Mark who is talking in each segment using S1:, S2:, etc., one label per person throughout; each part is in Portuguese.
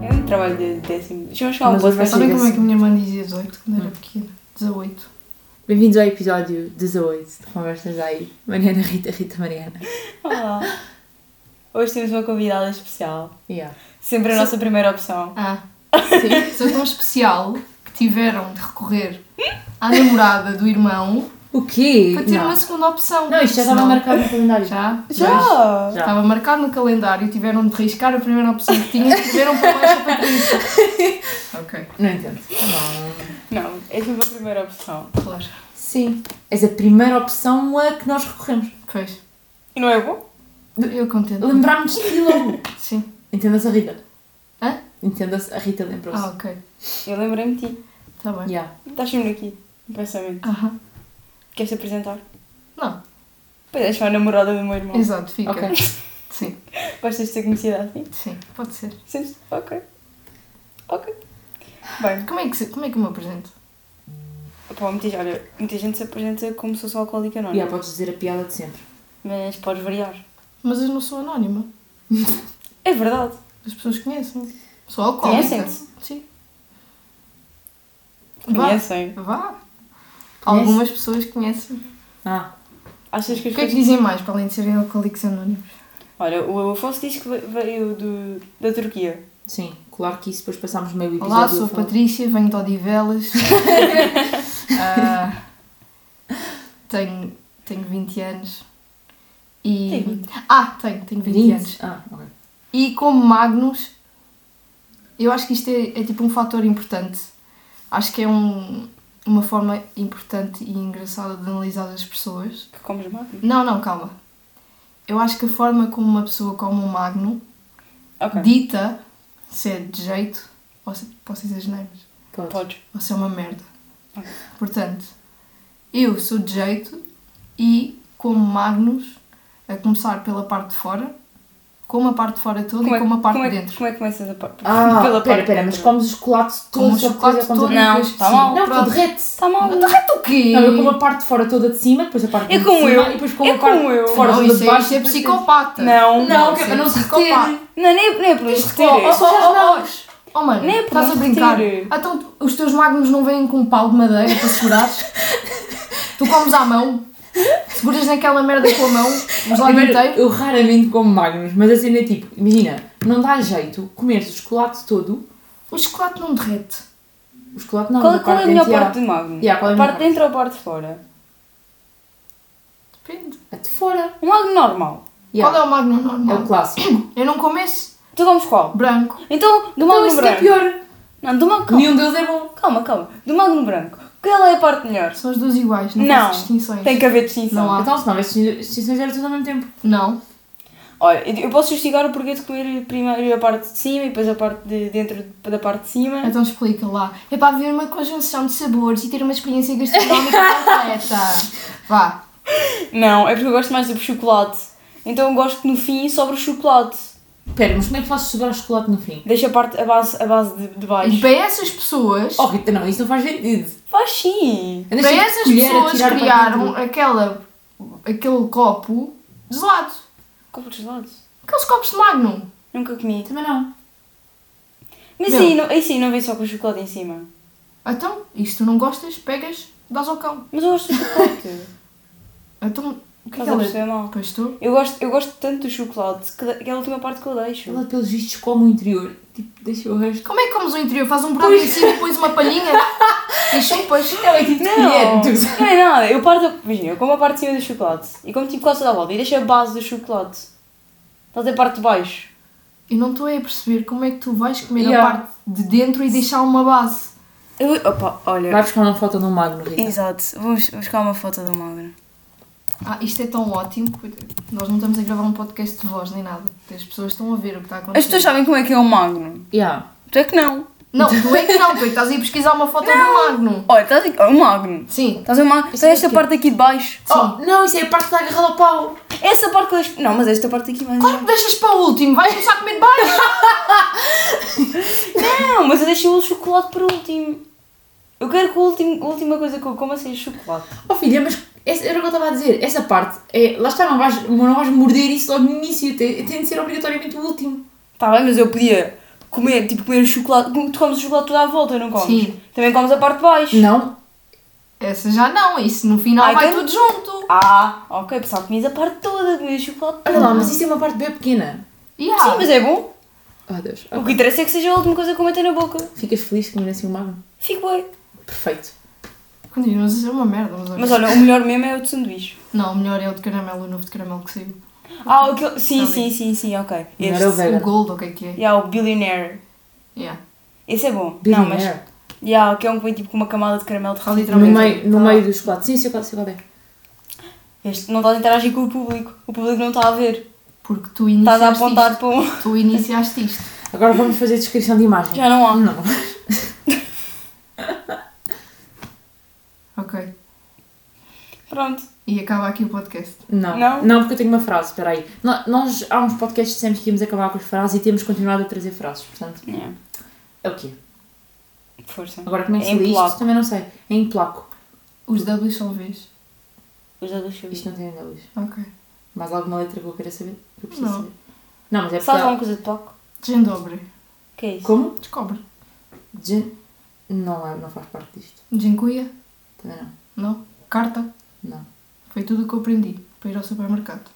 S1: É um trabalho de décimo. Deixa eu um chegar
S2: Mas
S1: uma boa
S2: agora
S1: festa
S2: sabem
S1: de
S2: como é que a
S1: décimo.
S2: minha mãe dizia 18 quando
S3: Hum.
S2: era pequena? 18.
S3: Bem-vindos ao episódio 18 de Conversas Aí. Mariana Rita, Rita Mariana.
S1: Olá. Hoje temos uma convidada especial.
S3: Yeah.
S1: Sempre a nossa primeira opção.
S2: Ah,
S3: Sim.
S2: sou tão especial que tiveram de recorrer à namorada do irmão
S3: O quê?
S2: para ter
S3: não.
S2: uma segunda opção.
S3: não, isto já estava
S2: Senão-
S3: marcado no calendário.
S2: Já?
S1: Já!
S3: Já.
S2: Estava marcado no calendário, tiveram de riscar a primeira opção que tinham e escreveram para baixo a Patrícia. ok,
S3: Não entendo. Não.
S1: Não, é sempre a primeira opção.
S2: claro.
S3: Sim. És a primeira opção a que nós recorremos.
S2: Pois,
S1: E não é bom?
S2: eu contento.
S3: Lembrámos-nos de ti logo.
S2: Sim.
S3: Entenda-se a Rita.
S2: Hã?
S3: Entenda-se, a Rita lembrou-se.
S2: Ah, ok.
S1: Eu lembrei-me de ti.
S2: Está bem.
S3: Yeah.
S1: Estás sempre aqui, no pensamento.
S2: Aham.
S1: Queres-te apresentar?
S2: Não,
S1: Pois és uma namorada do meu irmão.
S2: exato, fica.
S3: Ok.
S2: Sim,
S1: Gostas de ser conhecida assim?
S2: sim, pode ser.
S1: Sentes? Ok. Ok. Bem,
S2: Como é que, se- como é que eu me apresento?
S1: pá, muita, gente- olha, muita gente se apresenta como se fosse um alcoólico anónimo.
S3: Yeah, podes dizer a piada de sempre.
S1: Mas podes variar.
S2: Mas eu não sou anónima.
S1: É verdade.
S2: As pessoas conhecem-me. Sou alcoólica.
S1: Conhecem-te?
S2: Sim. Vá.
S1: Conhecem.
S2: Vá. Algumas pessoas conhecem.
S3: Ah,
S1: Achas que
S2: O
S1: as
S2: que é que
S1: coisas...
S2: dizem mais para além de serem alcoólicos anónimos?
S1: Olha, o Afonso diz que veio do, da Turquia.
S3: sim. Claro que isso depois passámos meio episódio.
S2: Olá,
S3: a
S2: sou a
S3: falar.
S2: Patrícia, venho de Odivelas. Ah, tenho, tenho 20 anos. E...
S1: Tem 20.
S2: Ah, tenho, tenho 20,
S3: 20
S2: anos.
S3: Ah, ok.
S2: E como Magnus, eu acho que isto é, é tipo um fator importante. Acho que é um- uma forma importante e engraçada de analisar as pessoas.
S1: Que comes magno.
S2: Não, não, calma. Eu acho que a forma como uma pessoa come um Magno
S1: Ok.
S2: dita se é de jeito ou se, posso dizer asneiras,
S3: Podes.
S1: Podes.
S2: ou se é uma merda.
S1: Ok.
S2: Portanto, eu sou de jeito e como Magnus, a começar pela parte de fora, como a parte de fora toda e como a parte
S1: como é,
S2: de dentro.
S1: Como é que começas a parte?
S3: Ah, pera, pera, mas comes o chocolate todo,
S2: Como o
S3: só que
S2: um chocolate
S3: depois é quando-
S2: todo e
S1: Não,
S2: depois-
S1: tá
S2: sim,
S1: mal.
S3: Não,
S2: pronto.
S3: porque derrete-se.
S1: Está mal.
S2: Derrete o quê?
S3: Não, eu como a parte de fora toda de cima, depois a parte
S1: É
S3: de
S1: como
S3: cima
S1: eu.
S3: e depois como
S1: É
S3: a parte
S1: como eu.
S3: de fora
S2: não,
S3: toda
S2: isso,
S3: de
S2: é,
S3: baixo.
S2: isso é
S3: depois-
S2: psicopata.
S1: Não,
S3: Não, que é
S2: isso
S3: para não
S2: é
S3: se
S2: psicopata.
S3: reter.
S1: Não, nem, nem é por isso
S2: Oh, oh,
S1: reteres.
S2: oh, oh, oh, oh, mano,
S1: Nem é por
S2: estás a
S1: não
S2: brincar?
S1: reter.
S2: Ah, Então, tu- os teus magnos não vêm com um pau de madeira para segurares? tu comes à mão? Seguras naquela merda com a mão? Mas lá
S3: Primeiro,
S2: inteiro?
S3: eu raramente como magnus, mas assim é tipo, imagina, não dá jeito comeres o chocolate todo,
S2: O chocolate não derrete.
S3: o chocolate não,
S1: Qual,
S3: da
S1: qual é a
S3: de
S1: melhor
S3: dentro,
S1: parte do magno?
S3: Yeah, qual é
S1: a
S3: a
S1: parte
S3: melhor
S1: dentro ou a parte de fora?
S2: Depende.
S3: A É de fora.
S1: Um magno normal.
S3: Yeah,
S2: Qual é o magno
S3: é
S2: normal?
S3: o
S1: Então
S3: clássico.
S2: Eu não como esse
S1: Tu comes qual?
S2: branco.
S1: Então, do
S3: Não,
S1: magno
S3: isso é
S1: branco.
S3: pior.
S1: Não, do magno... Calma,
S3: Nenhum deles é bom.
S1: calma, calma. Do magno branco. Qual é a parte melhor?
S2: São os dois iguais, não,
S1: Não.
S2: faço distinções.
S1: Tem que haver distinção.
S2: Não há.
S3: Então, se não houvesse distinções, era tudo ao mesmo tempo.
S2: Não.
S1: Olha, eu- eu posso justificar o porquê de comer primeiro a parte de cima e depois a parte de dentro da parte de cima.
S2: Então explica lá. É para haver uma conjunção de sabores e ter uma experiência gastronómica completa. Vá.
S1: Não, é porque eu gosto mais do chocolate. Então eu gosto que no fim sobra o chocolate.
S3: Pera, mas como é que fazes sobrar chocolate no fim?
S1: Deixa a parte, a base, a base de, de
S2: E
S1: baixo.
S2: para essas pessoas...
S3: Oh, Rita, não, isso não faz sentido.
S1: Faz sim.
S3: Andas
S2: Para
S3: sempre de colher
S2: essas
S3: a
S2: pessoas
S3: tirar para
S2: criaram
S3: dentro.
S2: aquela, aquele copo de gelado.
S1: Copo de gelados.
S2: Aqueles copos de Magnum.
S1: Nunca comi.
S3: Também não.
S1: Mas
S2: Meu.
S1: sim, não, aí sim, não vem só com o chocolate em cima.
S2: Então, e se tu não gostas, pegas, dás ao cão.
S1: Mas eu gosto de chocolate.
S2: Então, o que
S1: Estás
S2: é
S1: a
S2: que ela...
S1: perceber mal?
S2: Pois tu?
S1: Eu gosto, eu gosto tanto do chocolate que, que é a última parte que eu deixo.
S3: Ela, pelos vistos, come o interior. Tipo, deixa o resto.
S2: Como é que comes o interior? Faz um buraco em cima e pões uma palhinha um e chupas.
S3: Não, é tipo
S1: Não,
S3: colher.
S1: não é nada. Eu parto, imagina, eu como a parte de cima do chocolate e como tipo quase toda a volta e deixo a base do chocolate. Estás a parte de baixo.
S2: E não estou aí a perceber como é que tu vais comer a
S3: Yeah.
S2: parte de dentro e deixar uma base.
S1: Eu, opa, olha.
S3: Vai buscar uma foto de um magno, Rita.
S1: Exato. Vou bus- buscar uma foto do magro.
S2: Ah, isto é tão ótimo. que Nós não estamos a gravar um podcast de voz nem nada. As pessoas estão a ver o que está a acontecer.
S1: As pessoas sabem como é que é o magno.
S3: Yeah.
S1: Tu é que não.
S2: Não, tu é que não. Tu é que estás a ir pesquisar uma foto do Magnum.
S1: Olha, estás aqui. ó, O magno.
S2: Sim.
S1: Estás a ver o magno? Então é esta parte aqui de baixo.
S3: Oh, não, isso é a parte da agarrada ao pau.
S1: Essa parte que eu deixo. Não, mas esta parte aqui mais.
S2: Claro que deixas para o último, vais começar a comer de baixo.
S1: Não, mas eu deixei o chocolate por último. Eu quero que a última, a última coisa que eu coma seja chocolate.
S3: Oh, filha, mas essa- era o que eu estava a dizer. Essa parte, é, lá está, não vais, não vais morder isso logo no início. Tem, tem de ser obrigatoriamente o último.
S1: Tá bem, mas eu podia comer, tipo, comer o chocolate. Tu comes o chocolate toda à volta, não comes?
S2: Sim.
S1: Também comes a parte de baixo.
S3: Não.
S2: Essa já não, isso no final
S1: Ai,
S2: vai
S1: então-
S2: tudo junto.
S1: Ah, ok, pessoal, comias a parte toda, comias o chocolate
S3: Olha
S1: todo.
S3: lá, mas isso é uma parte bem pequena.
S2: Yeah.
S1: Sim, mas é bom.
S3: Oh, Deus.
S1: O que interessa é que seja a última coisa que eu meto na boca.
S3: Ficas feliz comendo assim um magno?
S1: Fico bem.
S3: Perfeito.
S2: Continuas a ser uma merda, mas,
S1: é- Mas
S2: olha.
S1: olha, o melhor mesmo é o de sanduíche.
S2: Não, o melhor é o de caramelo, o novo de caramelo que saiu.
S1: Ah, aquele. Sim,
S2: Ali.
S1: sim, sim, sim, ok.
S3: Melhor é Tá o
S1: Este.
S3: verde.
S2: O
S3: Vegan.
S2: gold, ou o que é que é?
S1: E há o Billionaire.
S2: Yeah.
S1: Esse é bom.
S3: Billionaire.
S1: Não, mas. E há o que é um que vem tipo com uma camada de caramelo de
S2: Está
S1: ralito.
S2: literalmente-
S3: No meio, no
S2: Ah.
S3: meio do chocolate. Sim, sim, chocolate, chocolate.
S1: Este não estás a interagir com o público. O público não está a ver.
S2: Porque tu iniciaste
S1: Estás
S3: é
S1: a apontar
S2: isto.
S1: para um.
S2: Tu iniciaste isto.
S3: Agora vamos fazer descrição de imagem.
S1: Já não há.
S3: Não.
S2: Ok.
S1: Pronto.
S2: E acaba aqui o podcast.
S3: Não.
S1: Não?
S3: porque eu tenho uma frase, espera aí. Nó- Nós, há uns podcasts que dissemos que íamos acabar com as frases e temos continuado a trazer frases, portanto,
S1: É.
S3: é o quê?
S1: Força.
S3: Agora como é que
S1: É
S3: se
S1: em
S3: lê isto?
S1: polaco.
S3: Também não sei. É em placo.
S2: Os W's são V's.
S1: Os dois chaves.
S3: Isto não tem ainda luz.
S2: Ok.
S3: Mais alguma letra que eu queira saber? Que eu preciso
S2: Não.
S3: saber. Não, mas é
S1: Sabes
S3: porque...
S1: alguma coisa de toque?
S2: Gendobre.
S1: O que é isso?
S3: Como?
S2: Descobre.
S3: Gen... Não, é- não faz parte disto.
S2: Gencuia.
S3: Também não.
S2: Não. Carta.
S3: Não.
S2: Foi tudo o que eu aprendi para ir ao supermercado.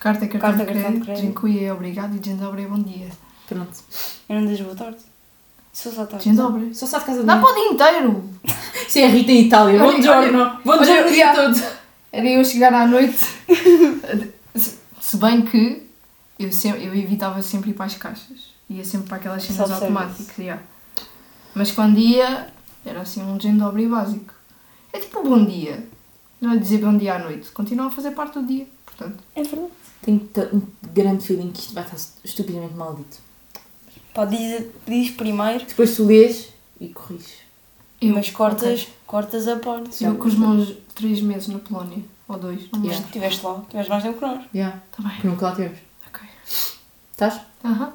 S2: Carta é cartão
S1: Carta é cartão
S2: de
S1: de
S2: crédito.
S1: crédito.
S2: Gencuia é obrigado e gendobre é bom dia.
S3: Pronto.
S1: Eu não desejo boa tarde. Sou só tarde.
S2: Gendobre.
S3: Só sai de casa de
S2: Dá
S3: mim.
S2: para o dia inteiro.
S3: Isso é a Rita em Itália.
S2: Olha,
S3: Bom giorno. Bom
S2: olha,
S3: giorno o dia
S2: olha.
S3: todo.
S2: Era eu chegar à noite. se, se bem que eu, sempre, eu evitava sempre ir para as caixas. Ia sempre para aquelas cenas
S1: Self-service.
S2: automáticas. já. Mas quando ia, era assim um gendobre básico. É tipo um bom dia. Não é dizer bom dia à noite. Continua a fazer parte do dia. Portanto,
S1: É verdade.
S3: Tenho t- um grande feeling que isto vai estar estupidamente maldito.
S1: Pá, diz, diz primeiro,
S3: Depois tu lês e corriges.
S2: eu,
S1: mas cortas, cortas a parte.
S2: Eu com os
S1: então.
S2: meus 3 meses na Polónia. Ou dois. Não me
S3: Yeah.
S2: lembro.
S1: Estiveste lá, tiveste mais tempo que nós.
S3: Yeah.
S2: Tá bem.
S3: Que nunca lá tivemos.
S2: Ok.
S3: Estás?
S2: Aham.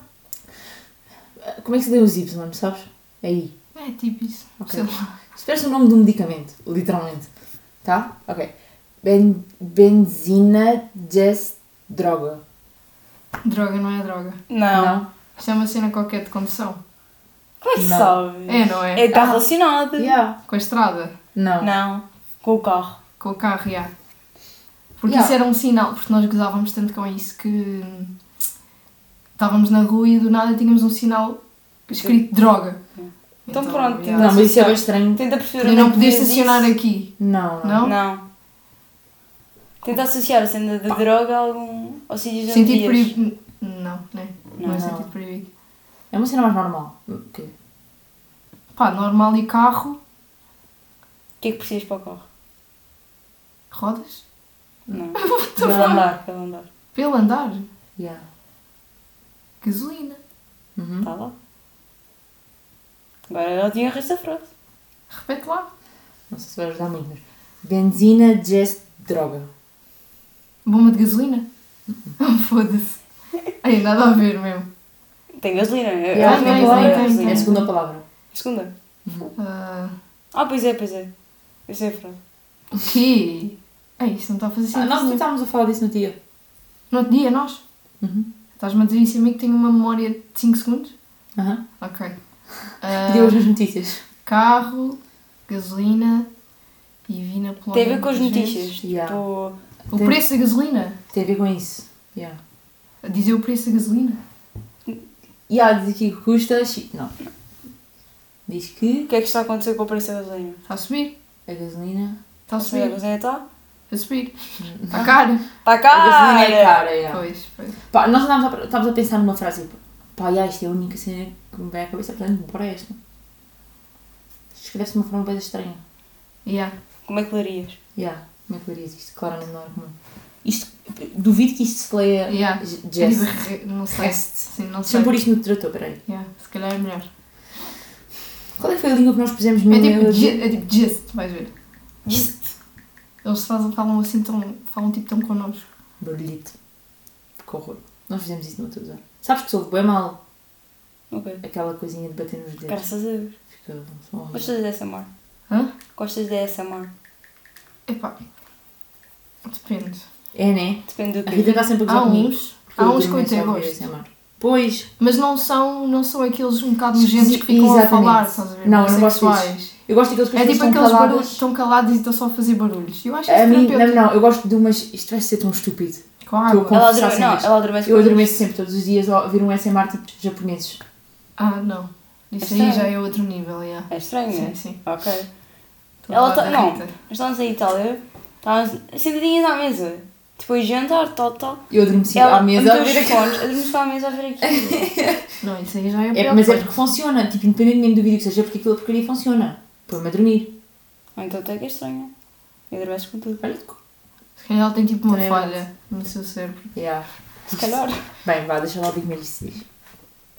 S3: Ah, Como é que se lê os Y, sabes? É aí.
S2: É tipo isso.
S3: Ok.
S2: Sei lá.
S3: Isto parece o nome de um medicamento, literalmente. Tá? Ok. Ben, benzina just droga.
S2: Droga não é droga.
S1: Não.
S2: Isto é uma cena qualquer de condução.
S1: Como é que
S3: Não.
S1: sabes?
S2: É, não é?
S1: É que está
S3: Ah.
S1: relacionado.
S3: Yeah.
S2: Com a estrada.
S3: Não.
S1: Não. Com o carro.
S2: com o carro, já. Porque
S3: Já.
S2: isso era um sinal, porque nós gozávamos tanto com isso que hum, estávamos na rua e do nada tínhamos um sinal escrito droga.
S1: Então pronto,
S2: já.
S1: então.
S3: Não, mas isso é bem estranho.
S1: Tenta perceber
S2: Eu
S1: onde é
S2: não
S1: que
S2: podia
S1: vem
S2: estacionar
S1: disso.
S2: aqui.
S3: Não,
S2: Não?
S1: Não. Tenta associar a cena de droga a algum. ao sítio de
S2: Sentido
S1: onde ias.
S2: proibido. Não, né? Não,
S1: Não,
S3: não.
S2: é sentido proibido.
S3: É uma cena mais normal. Ok.
S2: Pá, normal e carro,
S1: O que é que precisas para o carro?
S2: rodas,
S1: Não. Pelo andar, pelo andar.
S2: pelo andar,
S3: Yeah.
S2: gasolina,
S3: Uhum.
S1: Está Tá lá. Agora já tinha o resto da frase.
S2: repete lá,
S3: Não sei se vai ajudar muito, mas. Benzina just droga.
S2: bomba de gasolina. Foda-se. Ai, nada a ver mesmo.
S1: Tem gasolina, é?
S3: Yeah,
S1: acho que
S2: tem,
S1: é
S2: tem,
S1: gasolina,
S2: tem,
S1: gasolina.
S3: É a segunda palavra.
S1: Segunda.
S2: Ah,
S1: Ah, pois é, pois é. Eu sei a frase.
S2: o quê? Ai, isso não está a fazer
S3: Ah,
S2: sentido.
S3: nós
S2: nenhum.
S3: estávamos a falar disso no dia.
S2: No outro dia, nós?
S3: Uhum.
S2: Estás-me a dizer isso a mim que tenho uma memória de 5 segundos?
S3: Aham.
S2: Ok. Ah,
S3: Pediu hoje as notícias.
S2: carro, gasolina e vi na Polónia.
S1: Tem a ver com as
S2: muitas
S1: notícias.
S2: vezes.
S3: Yeah.
S1: Tipo,
S2: O
S3: Tem-
S2: preço da gasolina.
S3: Tem a ver com isso. Yeah.
S2: A dizer o preço da gasolina.
S3: E há diz aqui que custa. X- Não. Diz que
S1: o que é que está a acontecer com o preço da gasolina?
S2: Está a subir.
S3: a gasolina.
S2: Está a
S1: Ou seja, A
S2: subir.
S1: gasolina está?
S2: A subir. Está caro.
S1: Está
S3: A gasolina
S1: cara!
S3: é cara, yeah.
S2: Pois, pois.
S3: Pá, nós estávamos a, estávamos a pensar numa frase tipo, pá, já, isto é a única cena que me vem à cabeça, portanto, bora a esta. Escreve-se de uma forma bem estranha.
S2: Yeah.
S1: Como é que lerias?
S3: Yeah, como é que lerias isto? Claramente não era comum. Isto, duvido que isto se leia é tipo,
S2: Yeah.
S3: j-
S2: Eu
S3: Jess.
S2: digo, re- Não sei.
S3: Jess.
S2: Sim, não
S3: Deixa
S2: sei.
S3: eu tipo, pôr isto no trator, peraí.
S2: Yeah. Se calhar é melhor.
S3: Qual é que foi a língua que nós pusemos no
S2: É tipo,
S3: meu-
S2: ge- é tipo just, vais ver.
S1: Just.
S2: Eles fazem, falam assim tão. falam tipo tão connosco.
S3: Barulhito. Que horror. Nós fizemos isso no outro dia. Sabes que soube bem mal
S1: Ok.
S3: aquela coisinha de bater nos dedos.
S1: Graças a Deus.
S3: Fica um som horrível.
S1: Gostas dessa mar?
S2: Hã?
S1: Gostas dessa mar?
S2: Epá. Depende.
S3: É, né?
S1: Depende do
S3: A Rita
S1: que.
S3: está sempre É, né? a
S2: Há
S3: gozar comigo.
S2: uns, há uns que eu até
S3: gosto.
S2: gosto.
S3: Pois,
S2: Mas não são, não são aqueles um bocado
S3: Especi-
S2: nojentos que ficam a
S3: Exatamente.
S2: falar, estás a ver?
S3: Não, eu não gosto
S2: Sexuais.
S3: eu gosto daqueles que as pessoas
S2: É tipo
S3: estão
S2: aqueles
S3: caladas.
S2: barulhos que estão calados e estão só a fazer barulhos. Eu acho isso é
S3: A mim,
S2: terapêutico.
S3: não, não, eu gosto de umas. Isto vai ser tão estúpido.
S2: Com
S3: eu
S2: água.
S3: com-
S1: Ela,
S3: Confessar
S1: adorme-
S3: sem
S1: não,
S3: isto.
S1: ela adormece
S3: Eu
S1: com
S3: adormeço sempre, todos os dias, ao ouvir um SMR tipo japoneses.
S2: Ah, não. Isso
S1: Esta
S2: aí
S1: é-
S2: já é outro nível, é.
S1: É estranho,
S2: Sim,
S1: é?
S2: sim.
S1: Ok.
S2: Estou
S1: Ela
S2: a
S1: tá-
S2: falar da
S1: não.
S2: Rita.
S1: Mas estávamos em Itália, estávamos sentadinhas à mesa. Depois de jantar, tal, tal.
S3: Eu adormeci à mesa. É,
S1: meteu
S3: a
S1: os
S3: ver aquilo.
S1: fones, adormeceu à mesa a ver aquilo.
S2: Não, isso aí já é
S3: É,
S2: pior.
S3: mas é
S2: coisa.
S3: porque funciona, tipo, independentemente do vídeo que seja, porque aquilo porcaria funciona. Põe-me a dormir.
S1: Ou então até que é estranho. E adormece com tudo.
S3: Olha,
S2: Se calhar ela tem tipo uma
S3: Também é
S2: falha no seu cérebro.
S3: yeah.
S1: Se calhar.
S3: Bem, vá, deixa lá o Big Magic se diz.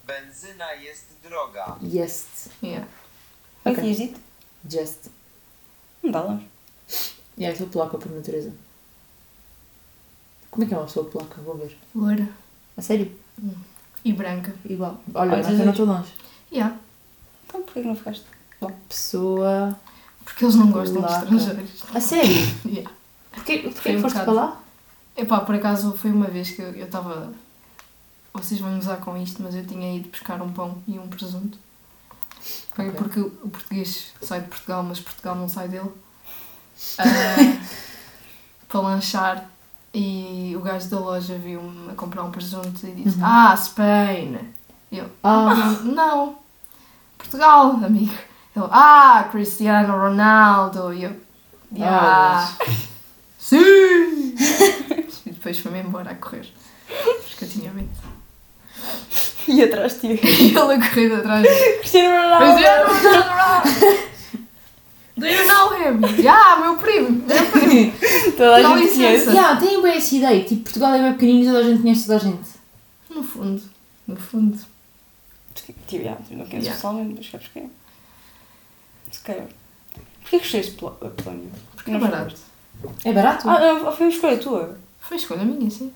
S4: Benzyna jest droga.
S3: Yes,
S2: Yeah.
S1: O que
S3: Ok.
S1: tinhas dito?
S3: just.
S1: Não dá longe.
S3: E yeah, aquilo placa por natureza. Como é que é uma pessoa de placa? Vou ver.
S2: Loira
S3: A sério?
S2: e branca.
S3: Igual. Olha,
S1: Ah,
S3: mas
S1: Jesus.
S3: eu não estou longe.
S2: Yeah.
S1: Então porquê que não ficaste?
S3: Pessoa.
S2: Porque eles não gostam
S3: Placa.
S2: de estrangeiros.
S3: A sério?
S2: Yeah.
S3: Porquê,
S2: Foi
S3: porquê
S2: um
S3: foste
S2: bocado.
S3: para lá?
S2: Epá, por acaso foi uma vez que eu eu estava. Vocês vão me usar com isto, mas eu tinha ido buscar um pão e um presunto. Foi
S3: Ok.
S2: Porque o português sai de Portugal, mas Portugal não sai dele. Ah, para lanchar. E o gajo da loja viu-me a comprar um presunto e disse:
S3: Uhum.
S2: Ah, Spain! Eu,
S3: Ah,
S2: Ah, não. Portugal, amigo. Ele, ah, Cristiano Ronaldo. E eu, ah, sim. e depois foi-me embora a correr. Porque eu tinha medo.
S1: E atrás de ti.
S2: E ele a correr atrás. de mim.
S1: Cristiano Ronaldo!
S2: Cristiano Ronaldo. Do you know him? Ah, meu primo. Meu primo.
S1: Toda a
S2: Dá
S1: gente
S2: licença.
S1: conhece.
S3: é yeah, tem bem essa ideia. Tipo, Portugal é bem pequenino, toda a gente conhece toda a gente.
S2: No fundo, no fundo.
S1: Tipo, já, não conheces
S2: Yeah.
S1: pessoalmente, mas sabes quem é. Se calhar. Porquê que gostaste de Pol- Polónia?
S2: Porque é barato.
S3: É barato?
S1: Ah, não, foi uma escolha tua.
S2: Foi escolha minha, sim.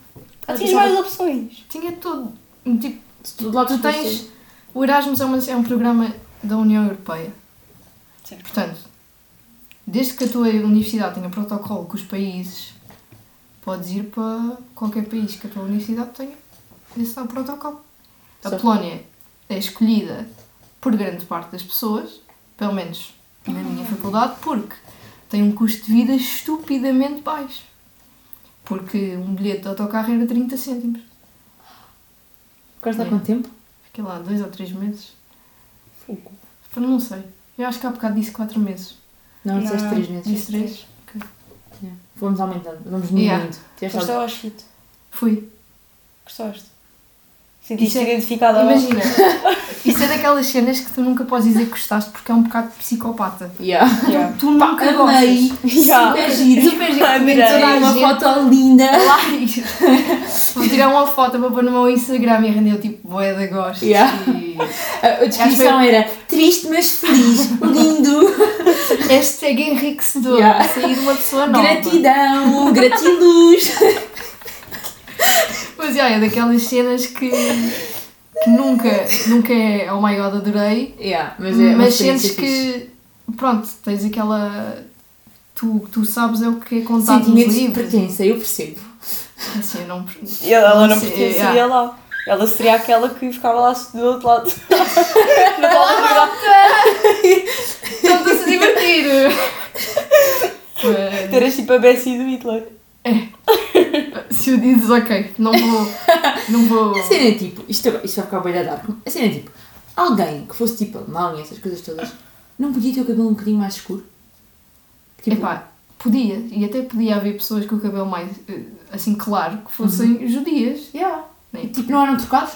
S1: Ah,
S3: Eu
S1: tinhas
S3: pensava-
S1: mais opções.
S2: Tinha tudo. Tipo,
S3: de todo lado
S2: tu tens. O Erasmus é, uma- é um programa da União Europeia.
S1: Certo.
S2: Portanto, desde que a tua universidade tenha protocolo com os países, podes ir para qualquer país que a tua universidade tenha esse tal protocolo. A
S3: Certo.
S2: Polónia é escolhida por grande parte das pessoas, pelo menos na minha faculdade, porque tem um custo de vida estupidamente baixo. Porque um bilhete de autocarro era 30 cêntimos.
S3: Queres dar quanto tempo?
S2: Fiquei lá dois ou três meses. Eu não sei. Eu acho que há bocado disse quatro meses.
S3: Não, disseste três meses.
S2: Disse três.
S3: Yeah. Vamos aumentando, vamos
S2: Yeah.
S3: diminuindo. Tiveste
S1: Gostou
S3: algo-
S1: ao chute.
S2: Fui.
S1: Gostaste? Sentiste
S2: Isso é-
S1: identificada
S3: Tá
S1: ao-
S2: Imagina, isso é daquelas cenas que tu nunca podes dizer que gostaste porque é um bocado psicopata.
S3: Yeah.
S1: Yeah.
S2: Tu nunca
S3: Amei!
S2: gostas.
S1: Yeah.
S3: Super giro!
S2: Super é giro.
S1: Adorei.
S2: Toda a
S3: Tirei uma
S2: gente-
S3: foto linda!
S2: Hilarious. Vou tirar uma foto para pôr no meu Instagram e rendeu tipo boé de gostos.
S3: Yeah.
S2: E...
S3: A a descrição era triste mas feliz, lindo,
S2: Hashtag é enriquecedor.
S3: Yeah.
S2: Sair de uma pessoa nova.
S3: gratidão, gratiluz.
S2: Mas yeah, é daquelas cenas que, que nunca, nunca é oh my god, adorei.
S3: Yeah, mas
S2: Mas,
S3: é uma
S2: sentes
S3: experiência fixe.
S2: que, pronto, tens aquela. Tu, que tu sabes é o que é contado nos
S3: Sentimentos de
S2: livros.
S3: pertença, eu percebo.
S2: Assim, eu não.
S1: E Ela, ela não
S2: Sim,
S1: pertencia
S2: yeah.
S1: lá. Ela seria aquela que ficava lá do outro lado. Não estava a jogar.
S2: Estão-te a se divertir! Mas,
S1: Teras tipo a Bessie do Hitler.
S2: se eu dizes, ok, não vou. Não vou.
S3: A cena é tipo, isto, agora- isto vai ficar bem da dark. A cena é tipo, alguém que fosse tipo alemão e essas coisas todas, não podia ter o cabelo um bocadinho mais escuro? Tipo,
S2: Epá, podia, e até podia haver pessoas com o cabelo mais. eh, assim, claro, que fossem
S3: Uhum.
S2: judias.
S3: yeah.
S2: Né?
S3: tipo, não eram trocados?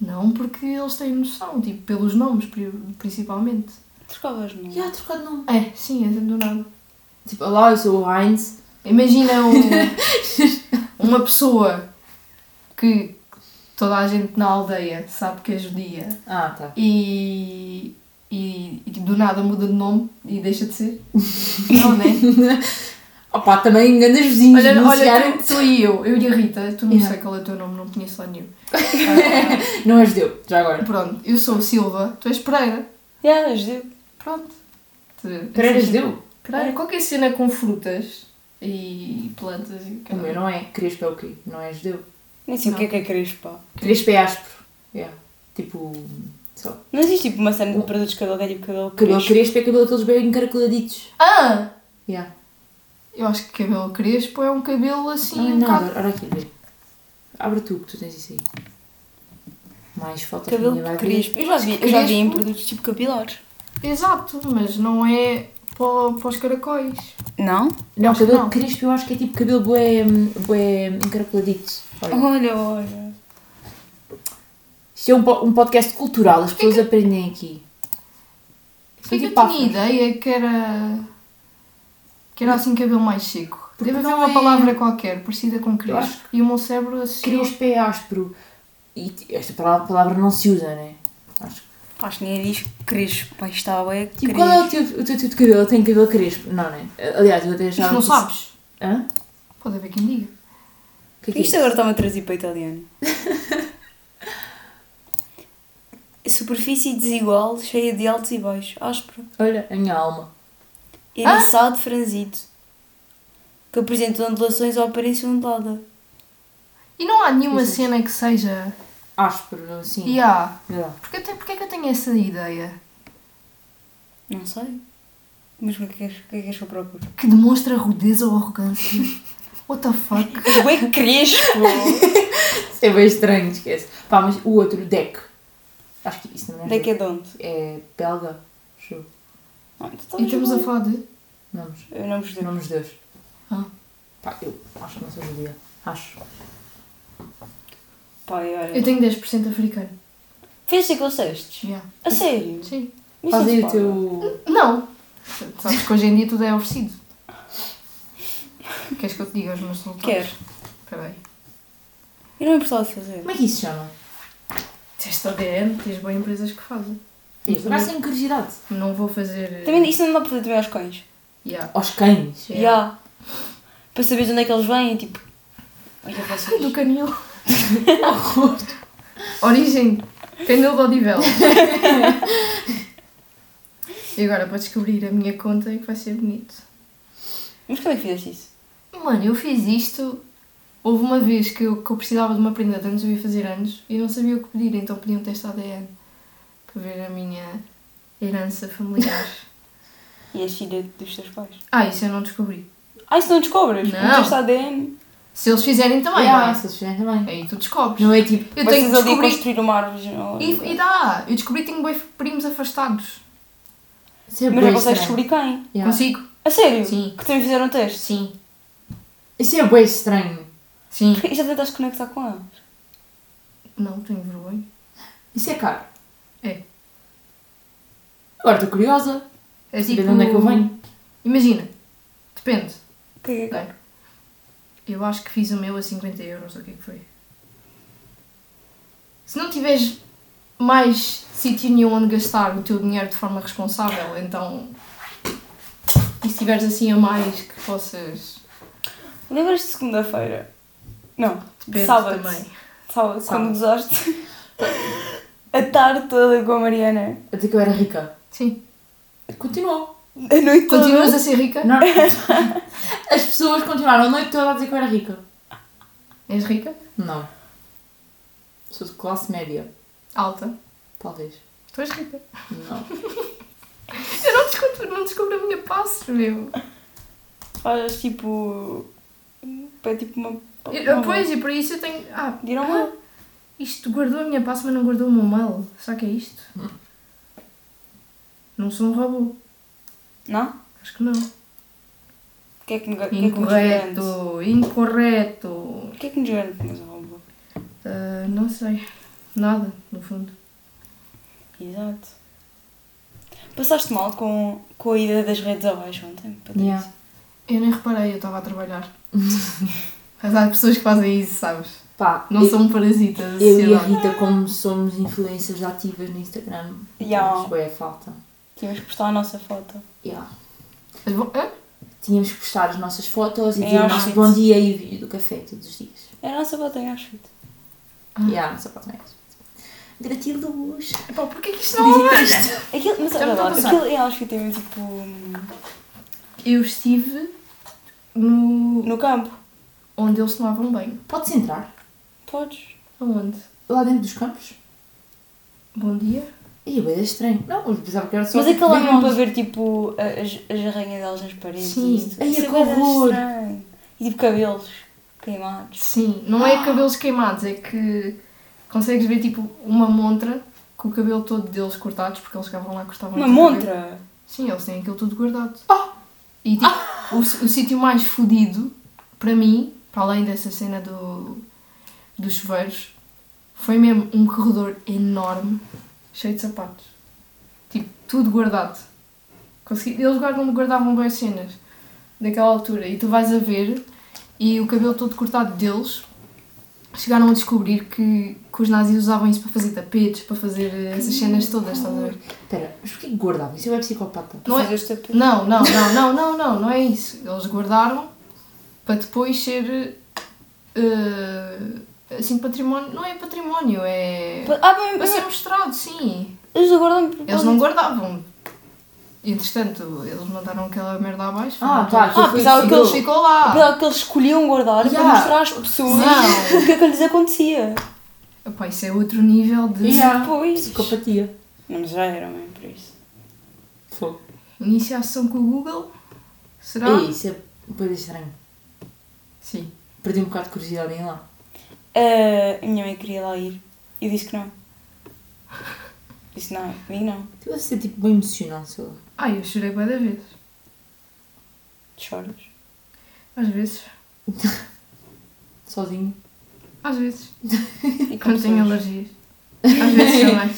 S2: Não, porque eles têm noção, tipo, pelos nomes, pri- principalmente.
S1: Trocavas, não?
S3: Já, trocado não.
S2: É, sim, é do nada.
S3: Tipo, olá, eu sou o Heinz.
S2: Imagina um- uma pessoa que toda a gente na aldeia sabe que é judia
S3: Ah, tá.
S2: e, e, e do nada muda de nome e deixa de ser. Não, né?
S3: Opa, também enganas vizinhos
S2: Olha, olha
S3: denunciaram.
S2: tu, tu e eu, eu e a Rita, tu não
S3: Yeah.
S2: sei qual é o teu nome, não conheço lá nenhum. Ah,
S3: Não é judeu, já agora.
S2: pronto, eu sou Silva, tu és Pereira.
S1: Yeah, judeu.
S2: Pronto. Tu- assim,
S3: Pereira é judeu?
S2: Pereira, qualquer cena com frutas e plantas e
S3: O meu não é. Crespo é o quê? Não é judeu.
S1: Nem sei o que é
S2: Não.
S1: que é crespo.
S3: Crespo é áspero. Yeah. Tipo, sei lá.
S1: Não existe tipo uma cena de produtos de cabelo que é tipo cabelo
S3: Cabelo
S1: crespo.
S3: crespo é cabelo todos bem encaracoliditos.
S2: Ah!
S3: Yeah.
S2: Eu acho que cabelo crespo é um cabelo assim
S3: Ah, Não,
S2: um
S3: não,
S2: bocado.
S3: adoro. olha aqui, vê. Abre tu que tu tens isso aí. Mais fotos minha vai
S1: Cabelo
S3: abrir.
S1: crespo. Eu já vi, eu já vi em
S2: Crespo.
S1: produtos tipo capilares.
S2: Exato, mas não é para, para os caracóis.
S1: Não?
S3: Não,
S2: Acho que
S3: cabelo
S2: não.
S3: crespo eu acho que é tipo cabelo bué, hum, bué encaracoladito. Olha,
S1: Olha, olha.
S3: isto é um, po- um podcast cultural, as pessoas aprendem aqui.
S2: Porque
S3: São
S2: eu
S3: tipo
S2: tinha
S3: afros.
S2: ideia que era. que era assim cabelo mais seco.
S3: Porque
S2: Deve haver
S3: não
S2: uma
S3: é-
S2: palavra qualquer parecida com
S3: Eu acho
S2: crespo. E o meu cérebro assim.
S3: Crespo é áspero. E t- esta palavra, palavra não se usa, né? Acho que.
S1: Acho que ninguém diz crespo. Pai, está é
S3: Tipo, qual é o teu, o teu tipo de cabelo? Eu tenho cabelo crespo. Não, né? Aliás, eu até
S2: Mas
S3: achava.
S2: não
S3: que-
S2: sabes?
S3: Hã?
S2: Pode haver quem diga.
S3: O que é que é
S1: Isto
S3: isso?
S1: agora está-me a trazer para o italiano. Superfície desigual, cheia de altos e baixos. Áspero.
S3: Olha, a minha alma.
S1: Eriçado, franzido. Que apresenta ondulações ou aparência ondulada.
S2: E não há nenhuma
S3: Isso.
S2: cena que seja.
S3: Áspero, assim.
S2: E há.
S3: Vê lá.
S2: Porque, eu tenho- porque é que eu tenho essa ideia?
S1: Não sei. Mas o que é que és- o que é que és que eu procuro?
S2: Que demonstra rudeza ou arrogância. What the fuck?
S1: Mas é crespo!
S3: Isso é bem estranho, esquece. Pá, mas o outro, Deco. Acho que isso não é.
S1: Onde é que é de onde?
S3: É belga. Show.
S1: Ah, tu estás
S2: E estamos a
S1: bom.
S2: falar de.
S3: Nomes.
S1: Eu não percebo.
S3: Nomes deus.
S2: Ah.
S3: Pá, eu acho que não sou judia. Acho.
S1: Pai, olha.
S2: Eu tenho 10% africano.
S1: Fez ciclocestes?
S2: Já.
S1: A sério?
S2: Sim.
S1: Isso
S3: Faz aí
S1: é
S3: o teu.
S2: Não. Sabes que hoje em dia tudo é oferecido. Queres que eu te diga os meus resultados?
S1: Quero.
S2: Espera aí.
S1: Eu não me importava de fazer.
S3: Como é que isso se chama?
S2: Teste ADN, tens boas empresas que fazem.
S3: Isso, Agora sem curiosidade.
S2: Não vou fazer... eh,
S1: Também, isso não dá para fazer também aos cães.
S2: Yeah.
S3: Aos cães.
S1: Já.
S2: Yeah.
S1: Para saber de onde é que eles vêm, tipo. Olha,
S2: Ai,
S1: vocês.
S2: do canil. Origem. Canil de Odivela. e agora para descobrir a minha conta é que vai ser bonito.
S1: Mas como é que fizeste isso?
S2: Mano, eu fiz isto. Houve uma vez que eu, que eu precisava de uma prenda de anos, eu ia fazer anos, e não sabia o que pedir, então pedi um teste ADN para ver a minha herança familiar.
S1: E és filha dos teus pais.
S2: ah, isso eu não descobri.
S1: Ah, isso não descobres?
S2: Não.
S1: Não. teste ADN.
S2: Se eles fizerem também,
S3: Ah,
S2: não é?
S3: essas fizeram também.
S2: Aí tu descobres.
S3: Não é tipo.
S2: Eu tenho que
S1: Vocês ali a
S2: descobrir.
S1: construir uma árvore. Não,
S2: E, e dá! Eu descobri que tenho boi primos afastados.
S3: Isso é
S1: Mas já
S3: bué
S1: consegues
S3: estranho.
S1: descobrir quem?
S3: Yeah.
S2: Consigo?
S1: A sério?
S2: Sim.
S1: Que também fizeram um teste.
S2: Sim.
S3: Isso é bem estranho.
S2: Sim.
S1: E já tentaste conectar com ela?
S2: Não, tenho vergonha.
S3: Isso é caro.
S2: É.
S3: Agora estou curiosa.
S2: É
S3: Saber de onde é que eu venho.
S2: Imagina. Depende.
S1: O que é que é?
S2: Eu acho que fiz o meu a 50 euros, ou o que é que foi? Se não tiveres mais sítio nenhum onde gastar o teu dinheiro de forma responsável, então. E se tiveres assim a mais que possas.
S1: Lembras-te de segunda-feira? Não, de
S2: Depende
S1: sábado.
S2: também.
S1: Sábado,
S3: Sábado.
S1: quando gozaste. a tarde toda com a Mariana.
S3: Até que eu era rica.
S2: Sim.
S3: Continuou.
S1: A noite toda.
S2: Continuas a ser rica?
S3: Não. As pessoas continuaram a noite toda a dizer que eu era rica.
S2: És rica?
S3: Não. Sou de classe média.
S2: Alta.
S3: Talvez.
S2: Tu és rica.
S3: Não.
S2: Eu não descubro, não descubro a minha passe, meu.
S1: Fazes tipo. É tipo uma.
S2: Eu, pois, e por isso eu tenho. Ah,
S1: Dirão
S2: ah,
S1: mal.
S2: isto guardou a minha passe, mas não guardou o meu mail. Será que é isto? Não sou um robô.
S1: Não?
S2: Acho que não.
S1: O que é que me o que é que me garante?
S2: Incorreto, incorreto.
S1: O que é que nos garante que nos roubou?
S2: Ah, não sei. Nada, no fundo.
S1: Exato. Passaste mal com, com a ida das redes abaixo ontem? Patrícia?
S3: Yeah.
S2: Eu nem reparei, eu estava a trabalhar. Mas há pessoas que fazem isso, sabes?
S3: Pá,
S2: Não
S3: eu,
S2: são um parasita da
S3: eu e a
S2: sociedade.
S3: Rita, como somos influências ativas no Instagram,
S1: Yeah.
S3: temos boa falta.
S1: Tínhamos que postar a nossa foto.
S3: Yeah.
S2: Mas bom, hã?
S3: Tínhamos que postar as nossas fotos e
S1: Em
S3: dizer o nosso
S1: Auschwitz.
S3: bom dia e o vídeo do café todos os dias.
S1: Era a nossa foto em Auschwitz.
S2: Ah.
S3: Yeah, nossa foto não é essa. Gratiluz.
S2: Epá, porquê que isto não é?
S1: Aquilo, mas
S2: Já
S1: olha
S2: me estou a
S1: lá,
S2: passar.
S1: aquilo em Auschwitz tem tipo. hum,
S2: Eu estive no...
S1: No campo.
S2: onde eles tomavam banho.
S3: Podes entrar
S1: Podes.
S2: Aonde?
S3: lá dentro dos campos?
S2: Bom dia.
S3: E é estranho. Não, eu pensava que era só. um
S1: Mas aquele lá mesmo para
S3: Vimos.
S1: ver tipo as, as arranhas delas nas paredes
S2: Sim.
S1: e isso.
S3: Ai,
S1: Isso
S3: que
S1: é bué de
S3: horror.
S1: estranho. E tipo cabelos queimados.
S2: Sim, não é cabelos queimados, é que consegues ver tipo uma montra com o cabelo todo deles cortados, porque eles chegavam lá e cortavam
S1: Uma
S2: aquele cabelo.
S1: montra!
S2: Sim, eles têm aquilo tudo guardado. E tipo, o, s- o sítio mais fodido, para mim, para além dessa cena do, dos chuveiros, foi mesmo um corredor enorme, cheio de sapatos. Tipo, tudo guardado. Consegui- eles guardam, guardavam bem as cenas daquela altura. E tu vais a ver, e o cabelo todo cortado deles, chegaram a descobrir que, que os nazis usavam isso para fazer tapetes, para fazer eh, essas cenas todas, estás a ver?
S3: Espera, mas porquê que guardava? Isso é psicopata.
S2: Não é-
S1: Fazer os tapetes.
S2: Não, não, não, não, não, não, não é isso. Eles guardaram para depois ser eh, assim património. Não é património, é.
S1: Ah, bem,
S2: Para
S1: bem,
S2: ser mostrado, sim.
S1: eles aguardam por
S2: Eles não guardavam. Entretanto, eles mandaram aquela merda abaixo.
S3: Ah,
S2: foram
S3: tá,
S2: todos-
S3: aquilo
S1: Ah,
S3: foi
S1: pensava que
S3: aquilo.
S2: Aquilo ficou lá.
S1: Apesar que eles escolhiam guardar
S3: Yeah.
S1: para mostrar às pessoas
S2: Não.
S1: o que é que lhes acontecia.
S2: Epá, isso é outro nível de.
S3: Yeah.
S1: Pois.
S3: Psicopatia.
S1: Não, mas já era mesmo por isso.
S3: Fogo.
S2: Iniciação com o Google? Será?
S3: Ei, isso é coisa estranha.
S2: Sim.
S3: Perdi um bocado de curiosidade em ir lá.
S1: Ah, a minha mãe queria lá ir. Eu disse que não. Disse não, comigo não.
S3: Deve ser tipo bem emocional, sei lá.
S2: Ai, eu chorei várias vezes.
S1: Choras.
S2: Às vezes.
S3: Sozinho.
S2: Às vezes.
S1: E
S2: Quando tenho
S1: pessoas.
S2: alergias. Às vezes também.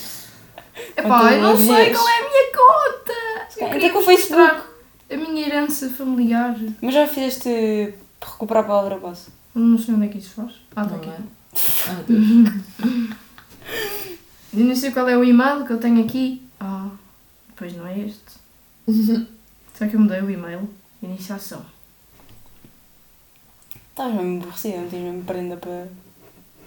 S1: Quando
S2: Epá, eu
S1: tenho
S2: não sei
S1: alergias.
S2: qual é a minha conta.
S1: Até
S2: queria
S3: é
S1: com o
S2: vos mostrar
S1: Facebook.
S2: A minha herança familiar.
S1: Mas já fizeste recuperar a palavra base.
S2: Não sei onde é que isso faz. Ah, tá
S3: Não
S2: aqui.
S3: é? Ah, Deus.
S2: Eu não sei qual é o e-mail que eu tenho aqui. Ah, depois não é este. Será que eu mudei o e-mail? Iniciação.
S1: Estás mesmo aborrecida, não tens mesmo prenda para.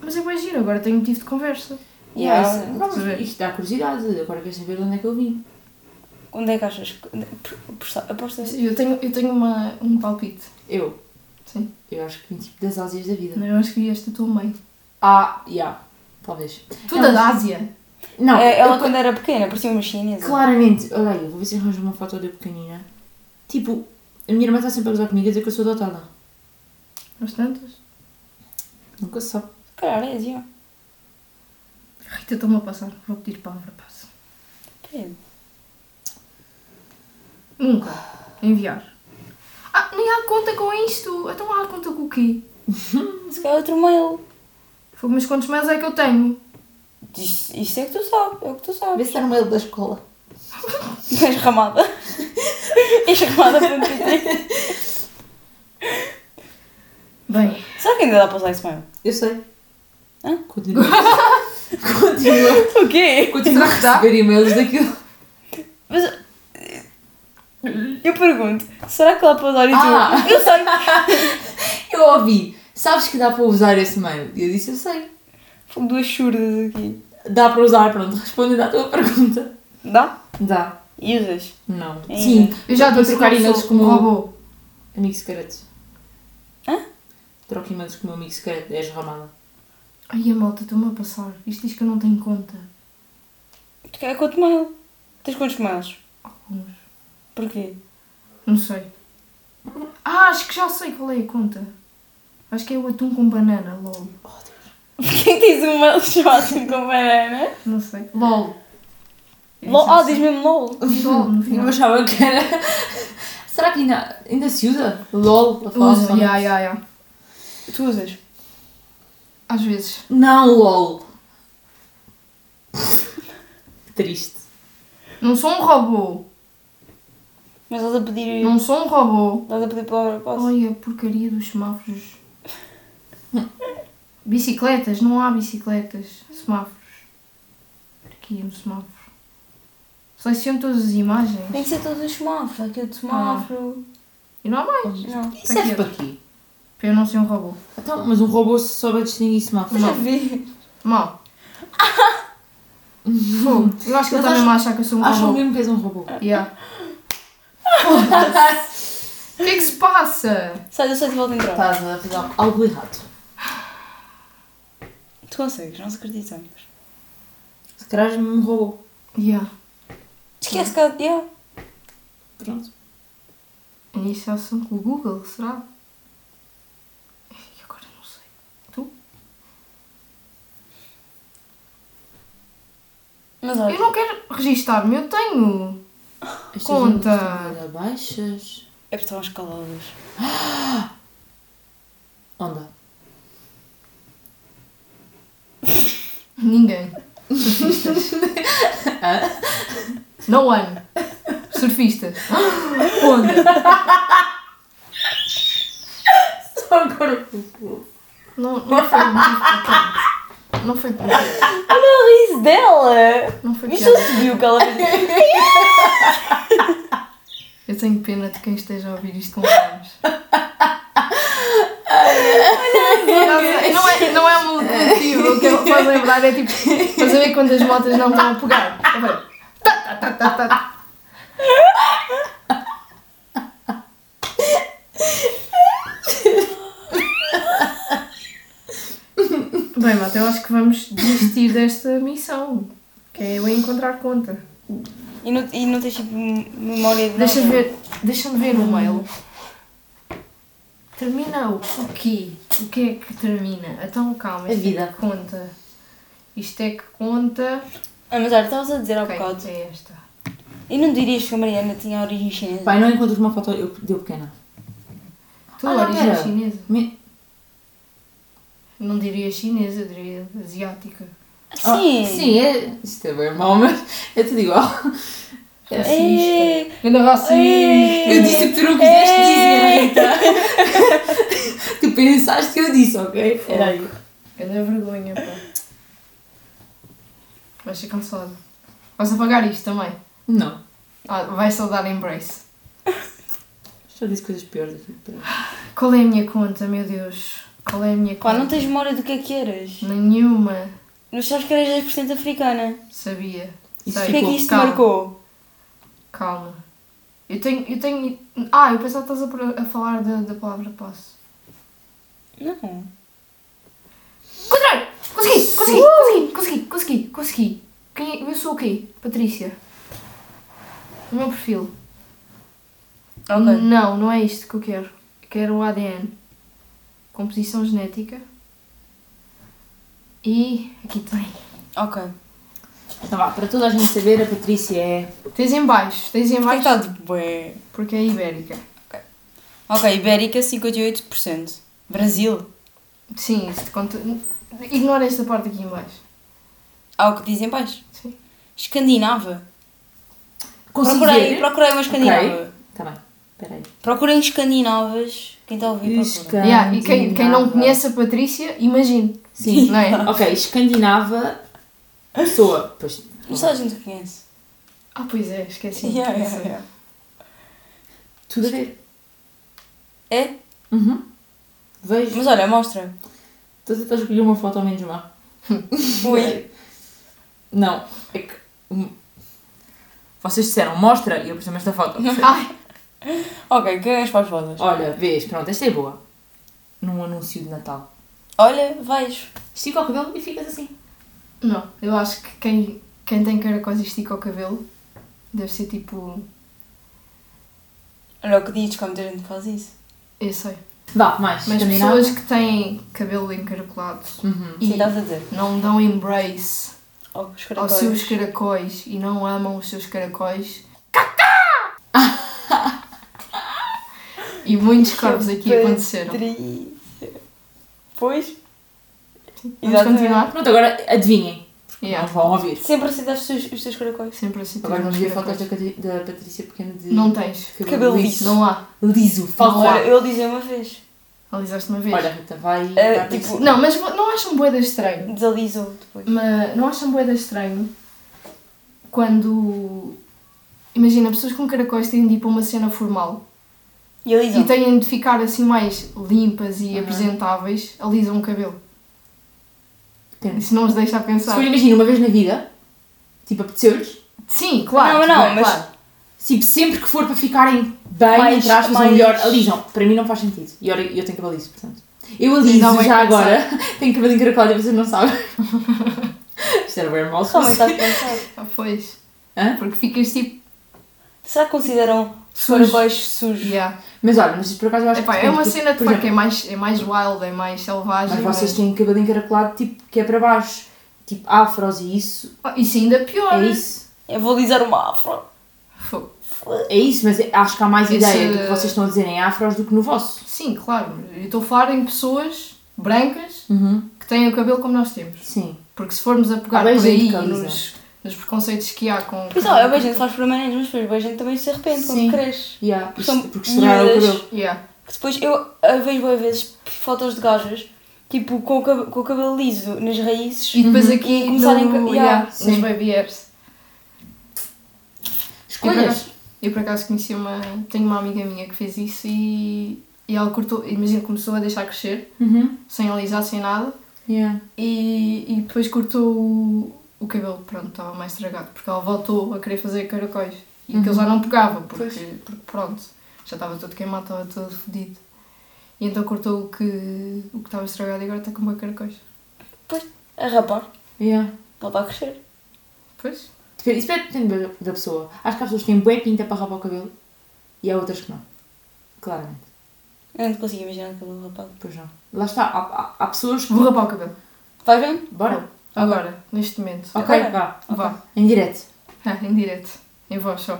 S2: Mas é bem giro, agora tenho motivo de conversa.
S1: Yeah.
S3: Yeah, é isso- não, mas
S2: Vamos ver.
S3: isto dá curiosidade. Agora queres saber de onde é que eu vim.
S1: Onde é que achas que. onde- por- por- Aposta.
S2: Eu tenho, eu tenho uma, um palpite.
S3: Eu.
S2: Sim.
S3: Eu acho que vim tipo das Ásias da vida.
S2: Eu acho que esta tua mãe.
S3: Ah, yeah. Talvez.
S2: Tu
S3: Não,
S2: da Ásia.
S3: Não,
S1: É, ela
S3: eu-
S1: quando era pequena, parecia uma chinesa.
S3: Claramente, olha aí, eu vou ver se arranjo uma foto de eu pequenina. Tipo, a minha irmã está sempre a gozar comigo a dizer que eu sou adotada.
S2: Aos tantos.
S3: Nunca se sabe.
S1: Caralho, é assim, ó.
S2: Rita, estou-me a passar. Vou pedir palavra, passo.
S1: Pera.
S2: Nunca. Enviar. Ah, nem há conta com isto. Então há conta com o quê?
S1: Se calhar é outro mail.
S2: Fogo, Mas quantos mails é que eu tenho?
S1: Isso, isso é que tu sabes, é o que tu
S3: Vê
S1: sabes.
S3: se está no meio da escola.
S1: És ramada. És um ramada.pt.
S2: Bem,
S1: Será que ainda dá para usar esse mail?
S3: Eu sei.
S1: Hã?
S3: Ah, Continua. Continua.
S1: O quê?
S3: Continua a receber e-mails daquilo.
S1: Mas. Eu pergunto, será que dá para usar então isso?
S3: Ah.
S1: Eu sei.
S3: Eu ouvi. Sabes que dá para usar esse mail? E eu disse, eu sei.
S1: Fogo, Duas churdas aqui.
S3: Dá para usar, pronto. Respondendo à tua pergunta.
S1: Dá?
S3: Dá.
S1: E usas?
S3: Não.
S1: É.
S3: Sim.
S2: eu já
S3: Para
S2: disse
S3: trocar
S2: que eu
S3: e-mails
S2: sou
S3: como
S2: um robô.
S3: amigo secreto.
S1: Hã?
S3: Troca e-mails com o meu amigo secreto. És ramada.
S2: Ai, a malta, estou-me a passar. Isto diz que eu não tenho conta.
S1: Tu quer quanto mail? Tens quantos mails?
S2: Alguns.
S1: Porquê?
S2: Não sei. Ah, acho que já sei qual é a conta. Acho que é o atum com banana, lol.
S1: Porquê tens um mail chamado com banana?
S2: Não sei. É LOL. Eu
S1: LOL.
S2: disse não
S1: Ah, diz
S2: sei.
S1: mesmo LOL.
S2: Diz LOL no
S3: Eu
S2: final.
S3: achava que era. Será que ainda, ainda se usa? LOL? a falar
S2: Uso,
S3: somente.
S2: ya, ya, ya.
S1: Tu usas?
S2: Às vezes.
S3: Não, LOL. Triste.
S2: Não sou um robô.
S1: Mas estás a pedir.
S2: Não sou um robô.
S1: Estás a pedir palavra posso?
S2: Olha a porcaria dos semáforos. bicicletas, não há bicicletas. Semáforos. Aqui é um semáforo. Seleciono todas as imagens.
S1: Tem que ser todos os semáforos, aquele de semáforo.
S2: E não há mais.
S1: Ah. Não.
S3: E serve para quê?
S2: Para eu não ser um robô.
S3: Então, um mas um robô se souber distinguir semáforos.
S1: Já vi.
S2: Mal. Fogo. Eu acho que ele
S3: Mas
S2: também me acha que eu sou um
S3: Acham
S2: robô.
S3: mesmo que és um robô.
S2: Yeah. O que é que se passa?
S1: Sai do site e volta a entrar.
S3: Estás a fazer algo errado.
S1: Tu consegues, não se acreditamos.
S3: Se calhar um me roubou.
S2: Yeah.
S1: Esquece que. há- Yeah.
S3: Pronto.
S2: É isso a ação com o Google, será? Ai, agora não sei. Tu?
S1: Mas
S2: Eu
S1: olha.
S2: não quero registar-me, eu tenho.
S3: Estas
S2: Conta.
S3: ondas estão bué baixas.
S1: É porque estão escaladas.
S3: Onda.
S2: Ninguém. Surfistas. no one. Surfistas.
S3: Onda. Só agora.
S2: Não, não foi muito importante. Não foi piada.
S1: Ah, não, riso dela!
S2: Não foi
S1: Isto
S2: piada.
S1: subiu que ela fez.
S2: Eu tenho pena de quem esteja a ouvir isto com fãs. Não, não é, não é um motivo, o que eu posso lembrar é tipo, estás a ver quando as motas não estão a pegar. É bem, tá, tá, tá, tá, tá, tá. Bem, Mata, eu acho que vamos desistir desta missão, que é eu encontrar conta.
S1: E não, e não tens tipo memória de.
S2: Deixa
S1: nada?
S2: ver, deixa-me ver o mail. Termina o, o quê? O que é que termina? Então calma,
S3: A
S2: isto é
S3: vida.
S2: que conta. Isto é que conta.
S1: Ah, mas olha, estavas a dizer há
S2: Ok,
S1: bocado.
S2: é esta.
S1: E não dirias que a Mariana tinha origem chinesa?
S3: Pai, não encontro uma foto eu, de eu pequena.
S2: Tu
S3: Ah, não
S2: origem
S3: era.
S2: chinesa?
S3: Me-
S2: Não diria chinesa, diria asiática.
S3: Ah,
S1: Sim!
S3: sim, é. Isto é bem mau, mas é tudo igual.
S2: assim,
S1: É.
S2: Ganda racista!
S3: Eu disse que tu não quiseste É. dizer, Rita. tu pensaste que eu disse, ok? Era aí.
S2: Ganda vergonha, pá. Vais ser cancelado. Vais apagar isto também.
S3: Não.
S2: Ah, vais só dar embrace.
S3: Já disse coisas piores aqui. peraí.
S2: Qual é a minha conta, meu Deus? Qual é a minha
S1: Pá,
S2: conta?
S1: não tens memória do que é que eras.
S2: Hum. Nenhuma.
S1: Mas sabes que eras 10% africana.
S2: Sabia.
S3: Isso
S1: O
S2: Sei.
S1: que é que
S3: Ficou.
S1: isto te
S2: Calma,
S1: marcou?
S2: Calma. Eu tenho, eu tenho. Ah, eu pensava que estás a, pro- a falar da, da palavra passo.
S1: Não.
S2: Contrário! Consegui! Consegui! Consegui! Consegui! Consegui! Consegui! Quem é- Eu sou o quê? Patrícia. O meu perfil.
S1: Ok.
S2: Não, não é isto que eu quero. Quero o ADN. Composição genética. E aqui tem.
S1: Ok.
S3: Então vá, para toda a gente saber, a Patrícia é.
S2: Tens em baixo, tens em
S1: Porquê que
S2: baixo
S1: está de bué?
S2: porque é ibérica.
S1: Ok, Ibérica 58%. Brasil.
S2: Sim, isto conta. Ignora esta parte aqui em baixo.
S1: Há o que dizem baixo.
S2: Sim.
S1: Escandinava.
S3: Consigo
S1: procurei,
S3: ver?
S1: procurei uma escandinava.
S3: Tá bem, peraí.
S1: Procurem escandinavas. Quem está a ouvir, procura.
S3: Esca-
S2: Yeah, e quem, quem não
S1: ah,
S3: Escandinava.
S2: conhece a Patrícia, imagine.
S3: Sim.
S2: Não é?
S3: ok, escandinava. Pessoa. Pois.
S1: Não só a gente conhece.
S2: Ah, pois é, esqueci.
S1: Yeah, yeah, yeah.
S3: Tudo a ver.
S1: É?
S3: Uhum. Vejo.
S1: Mas olha, mostra.
S3: Estou a tentar escolher uma foto ao menos má.
S1: Ui.
S3: Não, é que. hum, Vocês disseram, mostra, e eu preciso esta foto.
S2: Ai,
S1: Ok, quem és para as bodas?
S3: Olha, vês, pronto, esta é boa. Num anúncio de Natal.
S1: Olha, vais.
S3: Estica o cabelo e ficas assim.
S2: não, eu acho que quem, quem tem caracóis e estica o cabelo deve ser tipo.
S1: Olha o que dizes, como muita gente faz isso.
S2: Eu sei.
S3: Vá, mais.
S2: Mas
S3: Escandinava.
S2: pessoas que têm cabelo encaracolado
S3: Uhum.
S1: Sim,
S2: e
S1: estás a dizer.
S2: não dão embrace
S1: Oh, os
S2: aos
S1: caracóis.
S2: seus caracóis e não amam os seus caracóis. e muitos corvos aqui aconteceram.
S1: Patrícia. Pois?
S2: Vamos continuar?
S3: Pronto, agora adivinhem. Não
S2: Yeah.
S3: vão ouvir.
S1: Sempre aceitaste os teus, os teus caracóis.
S2: Sempre assim.
S3: Agora
S2: tens
S3: vamos
S2: uns
S3: ver fotos da,
S2: caracóis.
S3: Cati- da Patrícia Pequena de.
S2: Não tens.
S1: Cabelo liso.
S2: Não há.
S3: Liso,
S1: Olha,
S3: fala.
S1: eu dizia uma vez.
S2: Alisaste uma vez.
S3: Olha, Rita, vai.
S1: Eh,
S3: vai
S1: tipo,
S3: aparecer.
S2: Não, mas vo- não acham boeda estranho?
S1: Desalisou depois.
S2: Mas não acham boeda estranho quando. Imagina, pessoas com caracóis têm de ir para uma cena formal
S1: E alisou.
S2: e têm de ficar assim mais limpas e apresentáveis, alisam o cabelo.
S3: Pequeno.
S2: Isso não os deixa a
S3: Se
S2: pensar.
S3: for, imagina, uma vez na vida, tipo, apeteceu-lhes.
S2: Sim, claro.
S1: Não, não,
S2: claro,
S1: mas-
S2: claro.
S3: Tipo, sempre que for para ficarem bem,
S1: Mais-
S3: mais, entre aspas,
S1: mais-
S3: ou melhor, alijam. Para mim não faz sentido. E olha, eu tenho cabelo liso, portanto. Eu aliso
S2: Ainda bem
S3: já
S2: que
S3: agora. Tenho cabelo encaracolado e vocês não sabem. Isto era bem mal
S1: Realmente está a pensar.
S2: Ah, pois.
S3: Hã?
S2: Porque ficas tipo.
S1: Será que consideram
S3: Sujo.
S1: Paraguaios sujos?
S2: Yeah.
S3: Mas olha, mas por acaso eu acho
S2: Epá,
S3: que.
S2: é
S3: depende,
S2: uma
S3: porque,
S2: cena de
S3: por
S2: facto,
S3: exemplo,
S2: é mais, é mais wild, é mais selvagem.
S3: Mas vocês têm cabelo encaracolado, tipo, que é para baixo. Tipo, afros e isso.
S2: Ah, Isso ainda é pior.
S3: É isso.
S1: Eu vou lisar uma afro.
S2: Fogo.
S3: É isso, mas é- acho que há mais
S2: Esse-
S3: ideia do que vocês estão a dizer em afros do que no vosso.
S2: Sim, claro. Eu estou a falar em pessoas brancas
S3: Uhum.
S2: que têm o cabelo como nós temos.
S3: Sim.
S2: Porque se formos a pegar
S3: Há
S2: por
S3: Ah, bem gente
S2: aí
S3: que alisa.
S2: nos, nos preconceitos que há com.
S1: Pois é, é bem gente que faz permanentes, mas depois bem gente também se arrepende quando
S3: Sim.
S1: cresce.
S3: Yeah,
S1: Porque são
S3: porque, porque estragaram o
S1: miúdas.
S3: cabelo.
S2: Yeah.
S1: Que depois eu a vejo às vezes fotos de gajas, tipo, com o, cab- com o cabelo liso nas raízes.
S3: Uhum.
S1: Uhum.
S2: E depois aqui
S1: E começarem
S2: no,
S1: com-
S2: yeah,
S1: yeah,
S2: nos
S3: sim.
S2: baby hairs. Eu por
S3: Escolhas.
S2: acaso- Eu por acaso conheci uma. Tenho uma amiga minha que fez isso e. E ela cortou. Imagina, começou a deixar crescer,
S3: Uhum.
S2: sem alisar, sem nada.
S3: Yeah.
S2: E, e depois cortou o, o cabelo, pronto, estava mais estragado, porque ela voltou a querer fazer caracóis. E que
S1: Uhum.
S2: eu já não pegava, porque, porque pronto, já estava todo queimado, estava todo fodido. E então cortou o que o que estava estragado e agora está com uma caracóis.
S1: A rapar,
S3: Yeah.
S1: volta a crescer.
S2: Pois?
S3: Depende- Isso depende da- da pessoa. Acho que há pessoas que têm bué pinta para rapar o cabelo e há outras que não. Claramente.
S1: Eu não te consigo imaginar o cabelo rapado.
S3: Pois não. Lá está. Há, há- há pessoas que.
S2: Vou rapar o cabelo.
S1: Vai bem?
S3: Bora?
S2: Agora, neste momento.
S3: Ok,
S1: Bora.
S3: vá.
S2: Vá.
S3: Em direto.
S2: Ah, em direto. Em voz só.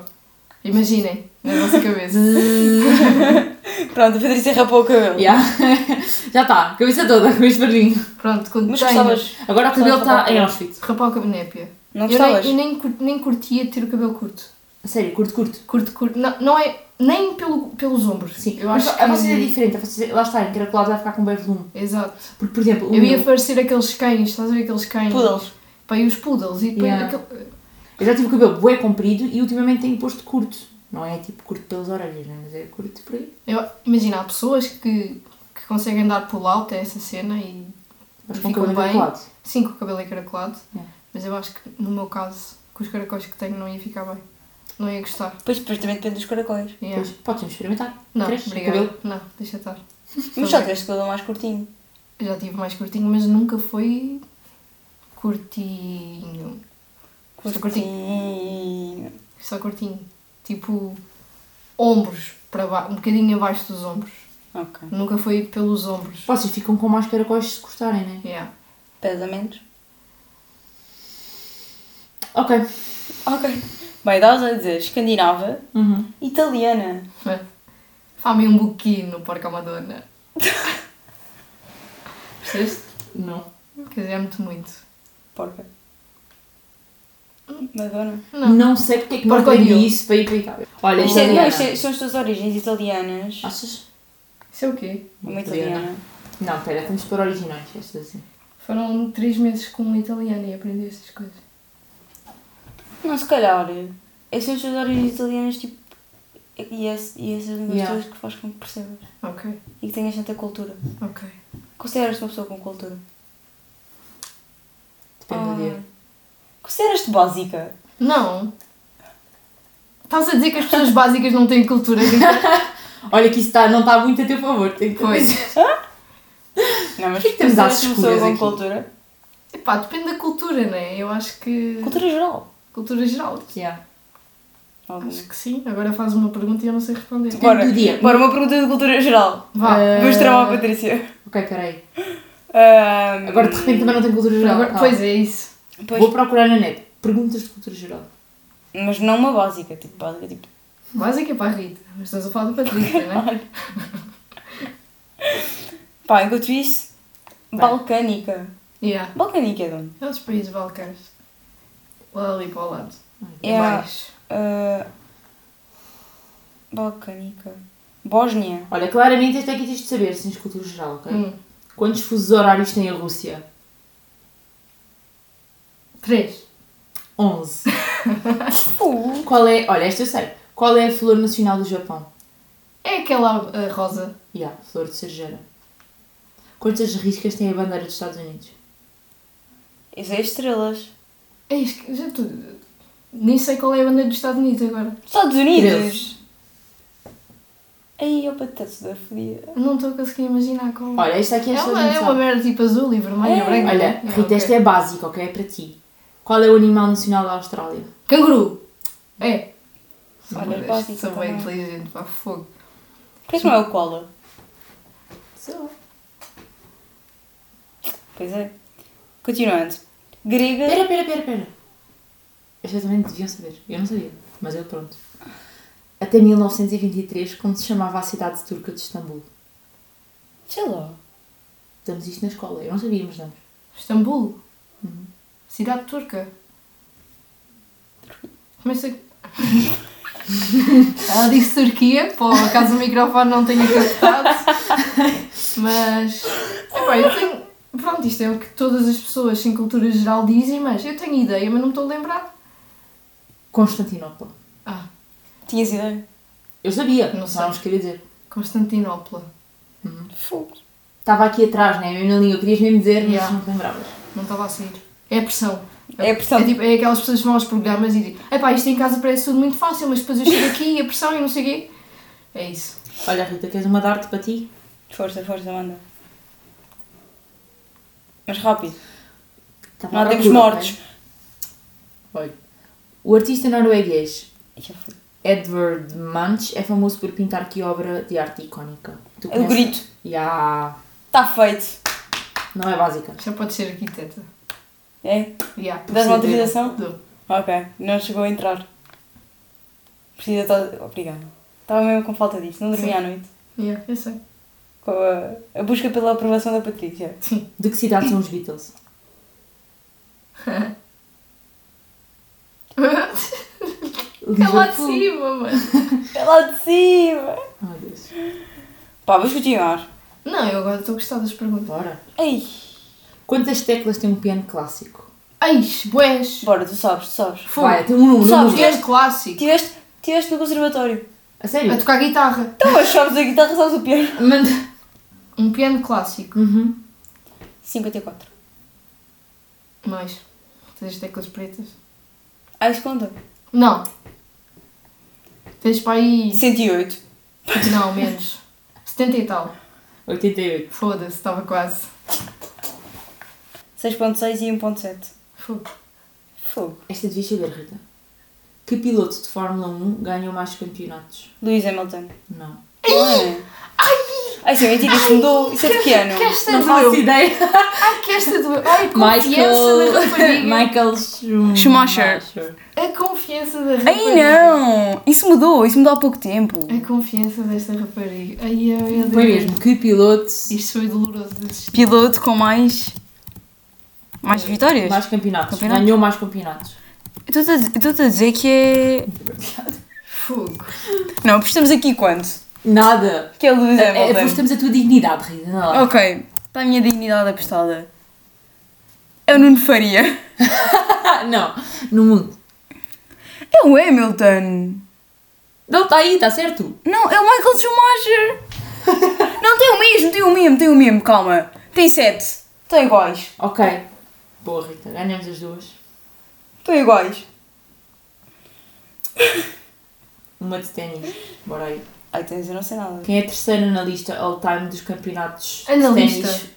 S2: Imaginem, na nossa cabeça.
S1: Pronto, a Patrícia rapou o cabelo.
S3: Yeah. Já está. Cabeça toda com este barulhinho.
S2: Pronto, quando
S1: Mas
S2: tenhas-
S1: gostavas?
S3: Agora o
S1: Só rapar
S3: cabelo
S1: o
S3: está em
S1: cabelo.
S3: Auschwitz.
S2: Rapar o cabelo népia.
S1: Não
S2: eu nem,
S1: gostavas?
S2: eu nem, cur- nem curtia ter o cabelo curto.
S3: A Sério, curto, curto.
S2: Curto, curto. Não, não é nem pelo, pelos ombros.
S3: Sim.
S2: eu
S3: Mas
S2: acho que.
S3: a vocês é diferente. A vocês, lá está, encaracolado vai ficar com bem volume.
S2: Exato.
S3: Porque, por exemplo, o
S2: Eu ia
S3: meu,
S2: parecer aqueles cães, estás a ver aqueles cães?
S1: Poodles.
S2: Para os poodles e depois
S3: Yeah.
S2: aquele.
S3: eu já tive o cabelo bué comprido e ultimamente tenho posto curto. Não é tipo curto pelas orelhas, né? mas é curto por aí.
S2: Eu, imagina, há pessoas que, que conseguem andar por lá, até essa cena e.
S3: Mas com o
S2: Ficou
S3: cabelo
S2: bem.
S3: encaracolado.
S2: Sim, com o cabelo encaracolado.
S3: Yeah.
S2: Mas eu acho que no meu caso, com os caracóis que tenho, não ia ficar bem. Não ia gostar.
S1: Depois, depois também depende dos caracóis.
S2: Yeah.
S3: Pois, podes-me experimentar.
S2: Não,
S3: Queres
S2: obrigada.
S3: cabelo?
S2: Não, deixa estar.
S1: Mas já tiveste o cabelo mais curtinho.
S2: Eu já tive mais curtinho, mas nunca foi curtinho. Só curtinho.
S1: Curtinho.
S2: Só curtinho. Tipo, ombros para baixo, um bocadinho abaixo dos ombros.
S1: Ok.
S2: Nunca foi pelos ombros.
S3: Vocês ficam com mais caracóis se cortarem, né?
S2: Yeah.
S1: Pesa menos.
S3: Ok.
S1: Ok. Bem, estavas a dizer escandinava,
S3: Uhum.
S1: italiana.
S2: Fá-me um buquino, porca madonna. Percebeste?
S3: Não.
S2: Quer dizer, amo-te muito.
S1: Porca.
S2: Hum.
S1: Madonna.
S3: não.
S2: Não.
S3: sei porque é que não
S2: Porco
S3: aprendi
S2: Diogo.
S3: isso para ir para a Itália. Olha,
S1: Isto é, não,
S3: italiana.
S1: isto é- são as tuas origens italianas.
S3: Achas?
S2: Isso é o quê?
S1: Uma
S3: Ah, Italiana.
S1: italiana.
S3: Não, pera, temos de pôr originais. Estas assim.
S2: Foram três meses com um italiano e aprendi estas coisas.
S1: Não, se calhar. é- São as tuas origens italianas, tipo. E, esse, e essas línguas
S3: Yeah.
S1: todas que faz com que percebas.
S2: Ok,
S1: E que tenhas tanta cultura.
S2: ok.
S1: Consideras-te uma pessoa com cultura?
S3: Depende
S2: Ah.
S3: do dia.
S1: Consideras-te básica?
S2: Não. Estás a dizer que as pessoas básicas não têm cultura?
S3: Olha que isso tá, não está muito a teu favor. Tem que
S2: Pois.
S1: Não, mas
S3: que é que temos às
S1: consideras-te uma pessoa
S3: escuras
S1: com
S3: aqui?
S1: cultura?
S2: Epá, depende da cultura, né? Eu acho que.
S1: Cultura geral.
S2: Cultura geral.
S3: Yeah.
S1: Alguma.
S2: Acho que sim. Agora faz uma pergunta e eu não sei responder.
S1: Bora,
S3: do dia.
S1: bora, uma pergunta de cultura geral.
S2: Vá.
S3: Eh,
S1: Vamos tramar a Patrícia.
S3: Ok, peraí.
S1: Ahm,
S3: Agora de repente também não tenho cultura geral.
S2: Agora-
S3: Ah,
S2: Pois é, isso.
S1: pois,
S3: Vou procurar na net. Perguntas de cultura geral.
S1: Mas não uma básica, tipo básica, tipo.
S2: Básica é para a Rita. Mas estamos a falar da Patrícia, né?
S1: Pá, enquanto isso, balcânica.
S2: yeah.
S1: Balcânica é de onde?
S2: É os países balcãs. Lá ali para o lado.
S1: É.
S2: Mais.
S1: Ah, balcânica. Bósnia.
S3: Olha, claramente este aqui tens de saber, se tens cultura geral, ok?
S2: Hum.
S3: Quantos fusos horários tem a Rússia?
S2: Três.
S3: 11.
S1: Uh,
S3: Qual é. Olha, esta eu sei. Qual é a flor nacional do Japão?
S2: É aquela a rosa.
S3: Ya, flor de cerejeira. Quantas riscas tem a bandeira dos Estados Unidos?
S1: isso é estrelas.
S2: É isto. que- Já tu... Nem sei qual é a bandeira dos Estados Unidos agora.
S1: Estados Unidos. Aí eu patete da fodia.
S2: Não estou a conseguir imaginar como.
S3: Olha, isto aqui é
S2: é,
S3: só
S2: uma, é uma merda tipo azul e vermelho e
S1: É.
S2: branco.
S3: Olha,
S2: Ah,
S3: Rita,
S2: ok.
S3: esta é básica, ok? É para ti. Qual é o animal nacional da Austrália?
S2: Canguru! É.
S1: Olha,
S2: Olha,
S1: básico
S2: sou bem
S1: também.
S2: inteligente, pá, fogo.
S1: Por que não é o cola?
S3: Sei lá.
S1: Pois é. Continuando. Grega.
S3: Pera, pera, pera, pera. Esta também deviam saber. Eu não sabia, mas eu pronto. Até 1923, como se chamava a cidade turca de Istambul?
S1: Sei lá.
S3: Damos isto na escola. Eu não sabia, mas damos.
S2: Istambul.
S1: Uhum.
S2: Cidade turca. Começa. Ela disse Turquia, pô, caso o microfone não tenha captado. Mas. Epá, eu tenho. Pronto, isto é o que todas as pessoas sem cultura geral dizem, mas eu tenho ideia, mas não me estou a lembrar.
S3: Constantinopla.
S2: Ah,
S1: Tinhas ideia?
S3: Eu sabia,
S2: Não
S3: não
S2: sei.
S3: sabes o que queria dizer.
S2: Constantinopla.
S1: Fogo.
S3: Estava aqui atrás, né? Mesmo na língua. Querias mesmo dizer, mas
S2: Yeah.
S3: não te lembravas.
S2: Não estava a sair. É a pressão.
S1: É a pressão.
S2: É, tipo, é aquelas pessoas que vão aos programas e dizem: epá, isto em casa parece tudo muito fácil, mas depois eu chego aqui e a pressão e não sei o quê. É isso.
S3: Olha, Rita, queres uma darte para ti?
S1: Força, força, manda. Mas rápido.
S2: Tá
S3: Estava à
S1: Não temos
S3: procura,
S1: mortos.
S3: ok? Olha. O artista norueguês
S1: Já foi.
S3: Edvard Munch é famoso por pintar que obra de arte icónica? Tu
S1: É o
S3: conheces?
S1: grito.
S3: Ya,
S1: Está feito.
S3: Não é básica.
S2: Já pode ser arquiteta.
S1: É?
S2: Yeah,
S1: Dás uma
S2: proceder.
S1: autorização?
S2: Dou.
S1: Ok. Não chegou a entrar. Precisa estar. Obrigada. Estava mesmo com falta disso. Não dormia à noite.
S2: Yeah, eu sei.
S1: Com a, a busca pela aprovação da Patrícia.
S2: Sim.
S3: De que cidade são os Beatles?
S2: É lá de
S3: Liverpool.
S2: cima, mano.
S1: É lá de cima.
S3: Ai, Deus.
S1: Pá, vamos continuar.
S2: Não, eu agora estou a gostar das perguntas.
S3: Bora.
S1: Ei.
S3: Quantas teclas tem um piano clássico?
S2: Eis, boés.
S1: Bora, tu sabes, tu sabes.
S2: Fogo.
S3: Vai, tem um número. um
S1: Sabes,
S3: número.
S2: Grande clássico.
S1: Tiveste, tiveste no conservatório.
S3: A sério?
S2: A tocar guitarra.
S1: Então, mas sabes a guitarra, sabes o piano.
S3: Manda.
S2: Um piano clássico.
S3: Uhum.
S1: 54.
S2: Mais. Tens teclas pretas?
S1: Ah, isso conta.
S2: Não. Tens para aí.
S1: 108.
S2: Não, menos. 70 e tal.
S3: 88.
S2: Foda-se, estava quase.
S1: 6.6 e 1.7.
S2: Fogo.
S1: Fogo.
S3: Esta devias saber, Rita. Que piloto de Fórmula 1 ganhou mais campeonatos?
S1: Lewis Hamilton.
S3: Não.
S1: Ai! é? Ai, isso é mentira, isso mudou. Isso é de que ano?
S2: Que esta
S3: Não faço
S2: doeu.
S3: ideia.
S2: Ai, que esta doeu. Ai, a confiança da
S3: Michael.
S2: rapariga.
S3: Michael Schum-
S1: Schumacher.
S2: A confiança da rapariga.
S1: Ai não! Isso mudou, isso mudou há pouco tempo.
S2: A confiança desta rapariga. Ai, ai, meu Deus.
S3: Foi mesmo. Que piloto
S2: Isto foi doloroso de assistir.
S1: Piloto com mais. mais vitórias.
S3: mais campeonatos?
S1: é Campeonato?
S3: Ganhou mais campeonatos.
S1: Eu estou-te a dizer- eu estou-te a dizer que é.
S2: Fogo.
S1: Não, apostamos aqui quanto?
S3: Nada.
S1: Que é Lewis
S3: É, Oh.
S1: Hamilton.
S3: apostamos a tua dignidade, Rita. Não. é?
S1: Ok, está a minha dignidade apostada. É o Nuno Faria.
S3: Ah, não. No mundo.
S1: É o Hamilton.
S3: Não, está aí, está certo.
S1: Não, é o Michael Schumacher. Não, tem o mesmo, tem o mesmo, tem o mesmo, calma. Tem sete. Estão iguais.
S3: Ok. Boa, Rita. Ganhamos as duas.
S1: Estão iguais.
S3: Uma de ténis. Bora aí.
S1: Ai, tens, eu não sei nada.
S3: Quem é terceiro na lista all-time dos campeonatos
S2: Analista.
S3: de ténis?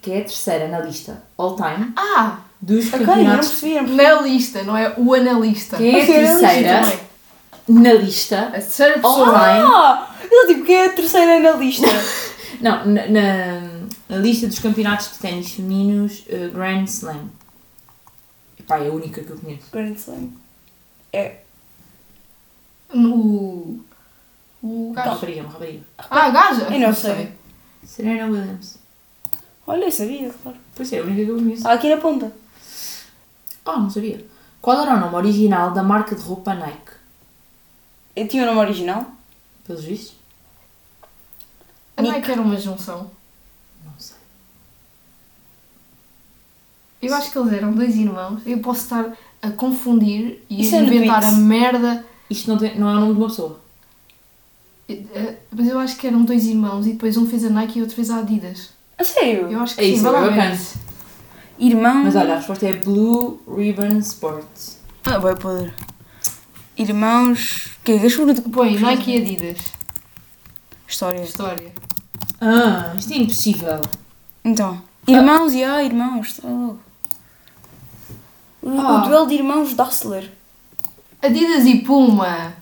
S3: Quem é terceira na lista all-time
S2: Ah,
S3: dos
S1: Ok, não
S3: campeonatos?
S1: percebi. não percebi.
S2: na lista, não é o analista.
S3: Quem é
S1: Ok, analista
S3: terceira
S2: Também.
S3: na lista
S2: A terceira pessoa.
S3: all-time?
S1: Ah, eu tipo, quem é a terceira na lista?
S3: Não, na, na- na lista dos campeonatos de ténis femininos eh, Grand Slam. Epá, é a única que eu conheço.
S1: Grand Slam. É.
S2: No... O gajo.
S3: Rapariga, uma rapariga.
S2: Ah, a gaja?
S1: Eu não sei.
S3: Serena Williams.
S1: Olha, eu sabia, claro.
S3: Pois é, a única que eu conheço.
S1: Está aqui na ponta.
S3: Ah, não sabia. Qual era o nome original da marca de roupa Nike?
S1: Eu tinha o nome original.
S3: Pelos vistos?
S2: A Nike é era uma junção.
S3: Não sei.
S2: Eu acho que eles eram dois irmãos. Eu posso estar a confundir e
S1: Isso
S2: a
S1: é no
S2: inventar a
S1: Twix.
S2: merda.
S3: Isto não, tem- não é o nome de uma pessoa.
S2: Eh, Mas eu acho que eram dois irmãos e depois um fez a Nike e outro fez a Adidas.
S1: A sério?
S2: Eu acho que
S3: É
S2: sim,
S3: isso,
S2: vai lá
S3: eu
S2: ver.
S3: canso.
S1: Irmão.
S3: Mas olha, a resposta é Blue Ribbon Sports.
S1: Ah, vai poder. Irmãos. Que é que
S2: Põe Nike e Adidas.
S1: História.
S2: História.
S3: Ah, isto é impossível.
S1: Então. Irmãos, e ah, irmãos, tá louco. O, o
S2: Ah.
S1: duelo de irmãos Dossler.
S2: Adidas e Puma.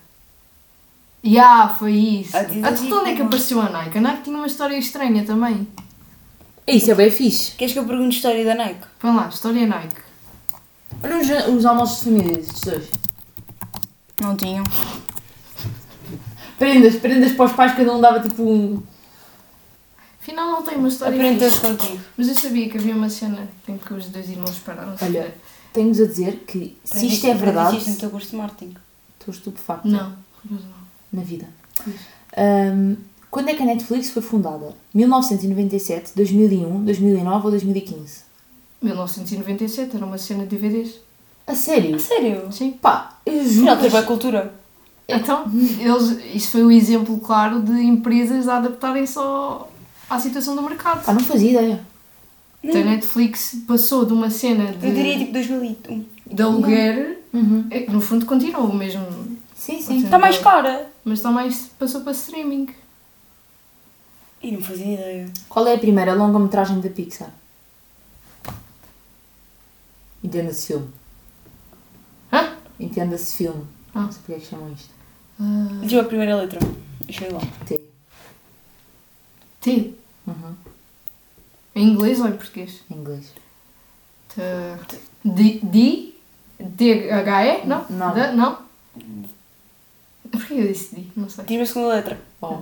S2: Ya, foi isso.
S1: Adidas
S2: Adidas
S1: e
S2: de onde é que
S1: Puma.
S2: apareceu a Nike? A Nike tinha uma história estranha também.
S3: Isso é bem fixe.
S1: Queres que eu pergunte história da Nike?
S2: Põe lá, história Nike.
S3: Olha os, os almoços de família destes dois.
S1: Não tinham.
S3: Prendas, prendas para os pais, cada um dava tipo um.
S2: Afinal não tem uma história
S1: Aprendeu
S2: fixe.
S1: contigo.
S2: Mas eu sabia que havia uma cena em que os dois irmãos pararam.
S3: Olha, tenho-vos a dizer que se isto é
S1: Aprendiste-
S3: verdade,
S1: aprendiste no teu curso de marketing.
S3: estou estupefacto
S2: Não. não.
S3: na vida. Ahm, quando é que a Netflix foi fundada? 1997, 2001, 2009 ou 2015?
S2: 1997 era uma cena de DVDs.
S3: A sério?
S1: A sério?
S2: Sim.
S3: Pá, eu juro.
S1: Afinal,
S3: que
S1: tens é boa
S3: as-
S1: cultura. É.
S2: Então, eles, isso foi o exemplo claro de empresas a adaptarem-se ao- à situação do mercado.
S1: Ah.
S3: Pá, não fazia ideia.
S2: Então, a Netflix passou de uma cena de,
S1: Eu diria tipo 2001.
S2: de aluguer,
S3: Uhum. Tá
S2: é que no fundo continua o mesmo,
S3: Sim, sim.
S1: Está Tá mais cara.
S2: mas está mais, passou para streaming.
S1: E não fazia ideia.
S3: Qual é a primeira longa-metragem da Pixar? Entenda-se filme.
S2: Hã?
S3: Entenda-se filme.
S2: Ah.
S3: Não sei porque é que chamam isto.
S2: Ah,
S1: Diz-me a primeira letra. Deixa eu ir lá.
S3: T.
S2: T.
S3: Uhum.
S2: Em inglês ou em português?
S3: Em inglês.
S2: T. D. D. D-H-E? Não?
S3: Não.
S2: D- não? Porquê eu disse D? Não sei.
S1: Diz-me a segunda letra.
S3: Oh.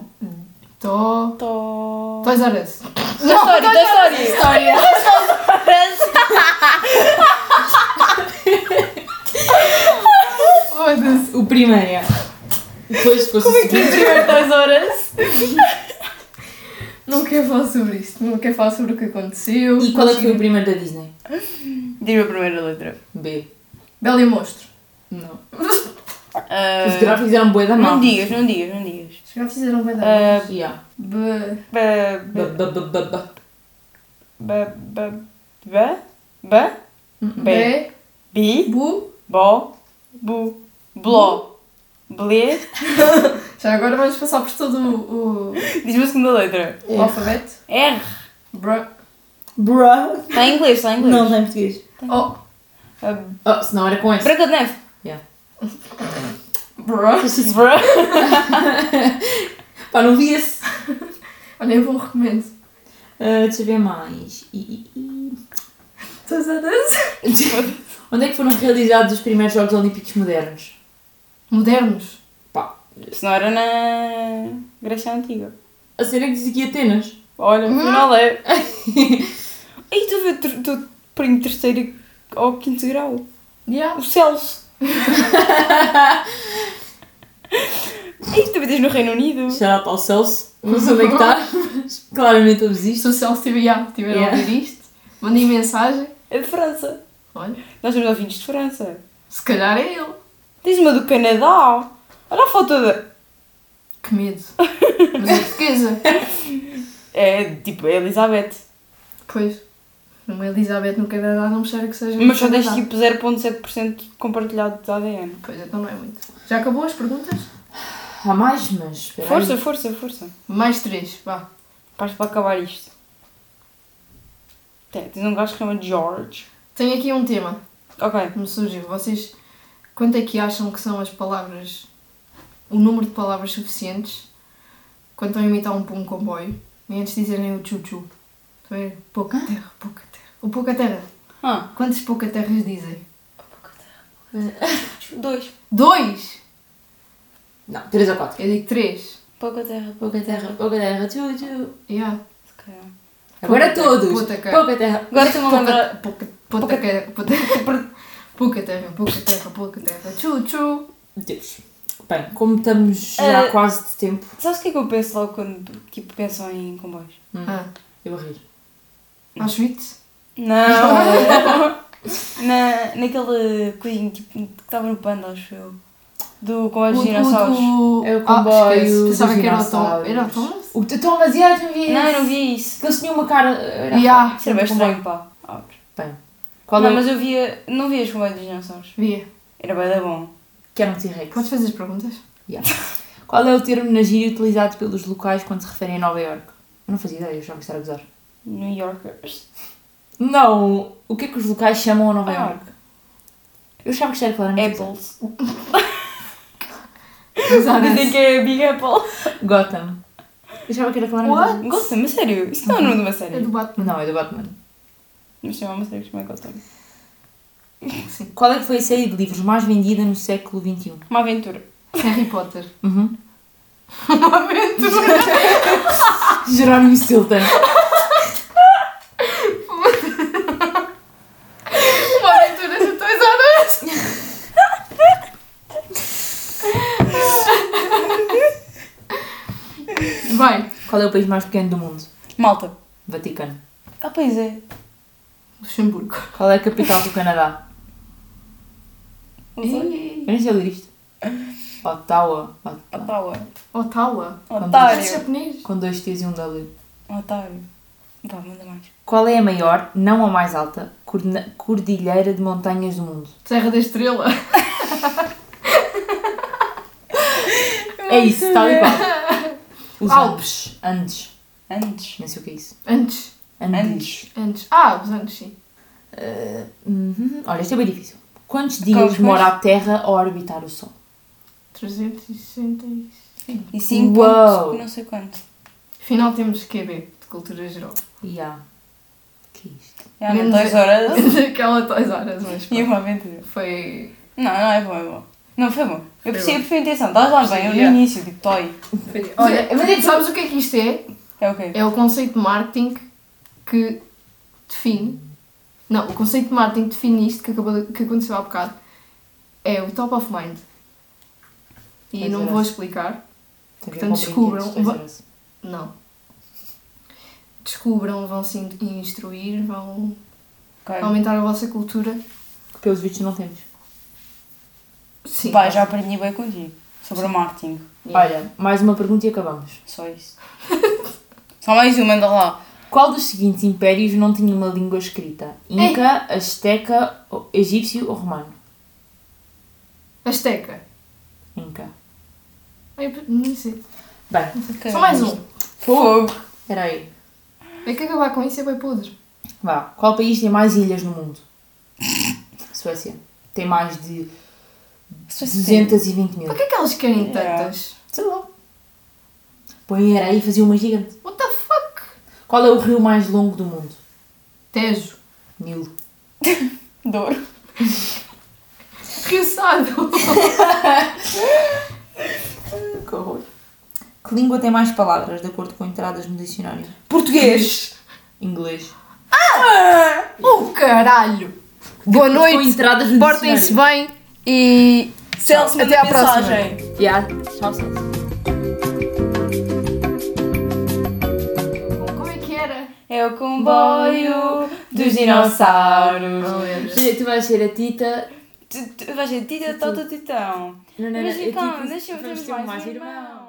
S2: Tó.
S1: Tó.
S2: Toys R Us.
S1: Toy Story, Toy Story.
S3: História!
S2: Foda-se.
S3: O primeiro. Depois se fosse Como é que
S1: Duas horas.
S2: Não quero falar sobre isto, não quero falar sobre o que aconteceu.
S3: E qual é que foi o primeiro da Disney?
S1: Diz-me a primeira letra.
S3: B.
S2: Bela e o Monstro.
S3: Não.
S1: Ah,
S3: Os gráficos eram bué da má.
S1: não digas, não digas, não digas.
S2: Os gráficos eram bem da
S1: Ah,
S3: Yeah.
S2: B.
S1: ba-
S3: Ba,
S1: ba-
S3: ba, ba, ba, ba.
S1: ba- ba- ba- ba- Bé.
S2: B.
S1: bi-
S2: Bu.
S1: bo- bu- bló- blé.
S2: Já agora vamos passar por todo o, o-
S1: Diz-me a segunda letra.
S2: o alfabeto.
S1: R.
S2: Bra.
S3: Bruh.
S1: Está em inglês, está em inglês.
S3: tem português.
S2: Oh.
S1: Ah,
S3: Oh, senão era com S.
S1: Branca de neve.
S3: Yeah.
S2: Bra.
S1: Bruh.
S3: Pá, não vi esse.
S2: Olha, eu vou recomendo.
S3: Ah, deixa eu ver mais. I, I, I.
S2: Toys R Us.
S3: Onde é que foram realizados os primeiros Jogos Olímpicos modernos?
S2: Modernos.
S3: Pá,
S1: Se não era na Grécia Antiga.
S3: a cena que diz aqui Atenas.
S1: Olha, afinal é. Aí tu vê ter- teu primo terceiro ou quinto grau.
S2: Yeah.
S1: O Celso. Aí tu vês no Reino Unido.
S3: Shout out ao Celso. Não sei onde é que está. mas Claramente eu
S2: Se o
S3: desisto.
S2: Celso tiver, yeah, tiver
S3: Yeah.
S2: a ouvir isto, mandem mensagem.
S1: É de França.
S2: Olha,
S1: Nós temos ouvintes de França.
S2: se calhar é ele.
S1: Tens uma do Canadá. Olha a foto da.
S2: Que medo. Mas é portuguesa.
S1: É tipo é Elizabeth.
S2: Pois. Uma Elizabeth no Canadá não me cheira que seja. no
S1: Mas só tens
S2: Canadá.
S1: tipo 0,7% compartilhado de ADN.
S2: Pois então não é muito. Já acabou as perguntas?
S3: Há mais, mas. espera aí.
S1: Força, força, força.
S2: Mais três, vá.
S1: Parte para acabar isto. Tem- Tens um gajo que se chama George.
S2: Tenho aqui um tema
S1: Ok.
S2: que me surgiu. Vocês, quanto é que acham que são as palavras, o número de palavras suficientes quando estão a imitar um, um comboio e antes dizerem o chuchu? Estão a ver? Pouca terra, pouca terra. O pouca terra.
S1: Ah,
S2: Quantas pouca terras dizem?
S1: dois.
S2: Dois!
S3: Não, 3 ou 4.
S2: Eu digo três.
S1: Pouca terra.
S3: Pouca terra, pouca terra, tchu, tchu.
S2: Yeah.
S1: se calhar.
S3: Agora
S2: Pouca
S3: todos.
S2: terra,
S3: Pouca
S2: pouca terra.
S3: terra.
S1: Agora estou-me a lembrar.
S2: Pouca, pouca, pouca, terra, pouca, terra, pouca terra, pouca terra, pouca terra, chuchu.
S3: Deus. Bem, como estamos já
S1: Ah.
S3: quase de tempo,
S1: Sabes o que é que eu penso logo quando tipo, pensam em comboios?
S2: Ah,
S3: eu a rir.
S2: Auschwitz?
S1: Não! Na, naquele coisinho tipo, que estava no panda, acho eu. Do comboio dos dinossauros.
S2: do-
S3: É o
S2: Ah,
S3: comboio
S2: esquece.
S3: dos
S2: Pensava que era o Tom.
S3: dinossauros.
S2: Era o Thomas?
S3: O t- Thomas, e yeah, eu vi
S1: Não,
S3: esse.
S1: eu não via isso.
S3: Que eles tinham uma cara. Era...
S2: Yeah.
S1: Isso era bem estranho, pá. Ah,
S3: Bem, qual
S1: não,
S3: é o-
S1: mas eu via. Não via os comboios dos dinossauros.
S2: Via.
S1: Era bem da bom.
S3: Que era um T-Rex.
S2: Podes fazer as perguntas?
S3: Yeah. Qual é o termo na gíria utilizado pelos locais quando se referem a Nova Iorque? Eu não fazia ideia, eu achava que estava a gozar.
S1: New Yorkers.
S3: Não! O que é que os locais chamam a Nova
S1: Ah.
S3: Iorque? É Eu achava que isto era claramente.
S1: Apples. Dizem
S2: Exato.
S1: que é Big Apple.
S3: Gotham. Eu achava que era claramente.
S2: What?
S1: Gosta, mas sério. Isso não é o nome de uma
S2: É
S1: série.
S2: do Batman.
S3: Não, é do Batman.
S1: Mas chama uma série que se chama Gotham.
S2: Sim.
S3: Qual é que foi a série de livros mais vendida no século um? XXI?
S1: Uma aventura.
S2: Harry Potter.
S3: Uhum.
S2: Uma aventura.
S3: Jerónimo Stilton.
S2: Uma aventura de 3 horas. Vai.
S3: Qual é o país mais pequeno do mundo?
S1: Malta.
S3: Vaticano.
S1: Ah, pois é.
S2: Luxemburgo.
S3: Qual é a capital do Canadá?
S1: Não sei.
S3: Eu nem sei ler isto. Ottawa. Ottawa.
S1: Ottawa.
S2: Ottawa. É
S1: Otário.
S2: japonês.
S3: Com dois T's e um W.
S1: Otário.
S2: Então,
S1: Vá, manda mais.
S3: Qual é a maior, não a mais alta, corna- cordilheira de montanhas do mundo?
S2: Terra da Estrela.
S3: É isso, tal e qual. Os
S2: Alpes.
S3: Alpes. Andes.
S1: Antes.
S3: Não sei o que é isso.
S2: Antes.
S1: Andes.
S2: Antes. Ah, os anos, sim.
S3: Uhum. Olha, isto é bem difícil. Quantos
S1: Calma,
S3: dias
S1: mas-
S3: demora a Terra a orbitar o Sol?
S2: 365.
S1: E 5
S3: Uau.
S1: pontos, não sei quanto.
S2: Afinal temos QB, de cultura geral.
S3: E há... que é isto?
S1: Já não
S2: Menos
S1: 2
S2: eu.
S1: horas
S2: Aquela tais horas, mas
S1: e
S2: pronto.
S1: uma aventura.
S2: Foi...
S1: Não, não é bom, é bom. Não, foi bom. Eu percebi,
S2: bom. é.
S1: eu percebi a intenção. Estás lá bem, eu
S2: Yeah.
S1: no início, tipo, toy.
S2: foi... Olha, sabes o que é que isto é?
S1: É o quê?
S2: É o conceito de marketing que define... Não, o conceito de marketing que define isto que, acabou de- que aconteceu há bocado. É o top of mind. E
S3: Pois
S2: não
S3: era.
S2: vou explicar.
S3: Tem a ver
S2: Portanto,
S3: com
S2: descubram-
S3: brinquedos, dois euros.
S2: Não. Descubram, vão se in- instruir, vão
S1: Ok.
S2: aumentar a vossa cultura.
S3: Que pelos vistos não temos.
S2: Sim.
S1: Pá, já aprendi bem contigo. Sobre o marketing.
S2: Yeah.
S3: Olha, mais uma pergunta e acabamos.
S1: Só isso. Só mais uma, anda lá.
S3: Qual dos seguintes impérios não tinha uma língua escrita? Inca,
S2: É.
S3: Azteca, ou- Egípcio ou Romano?
S2: Azteca.
S3: Inca.
S2: Ai, não sei.
S3: Bem,
S2: Só mais um.
S1: Fogo.
S3: espera aí.
S2: É que acabar com isso é bem podre.
S3: Vá. Qual país tem mais ilhas no mundo? Suécia. Tem mais de 220 mil.
S2: Para que é que elas querem
S1: Yeah.
S2: tantas?
S3: Sei lá. Põe era aí e fazia uma gigante.
S2: What the fuck?
S3: Qual é o rio mais longo do mundo?
S2: Tejo.
S3: Nilo.
S1: Dor.
S2: Rio Sado.
S3: Que horror. Que língua tem mais palavras, de acordo com entradas no dicionário? Português. Inglês.
S2: Oh, caralho. Boa
S3: Com
S2: noite.
S3: entradas no
S2: Portem-se
S3: dicionário.
S2: bem e...
S1: Celso,
S2: Até
S1: manda
S2: à próxima.
S1: mensagem.
S3: Yeah. Tchau, tchau.
S2: Como é que era?
S1: É o comboio dos dinossauros.
S3: Che- Tu vais ser a Tita.
S1: Tu, tu, vais ser Tita Tota Titão.
S3: Não,
S1: Mas
S3: eu
S1: então,
S3: tipo,
S1: deixa eu
S3: vamos um
S1: ter um mais, mais irmão.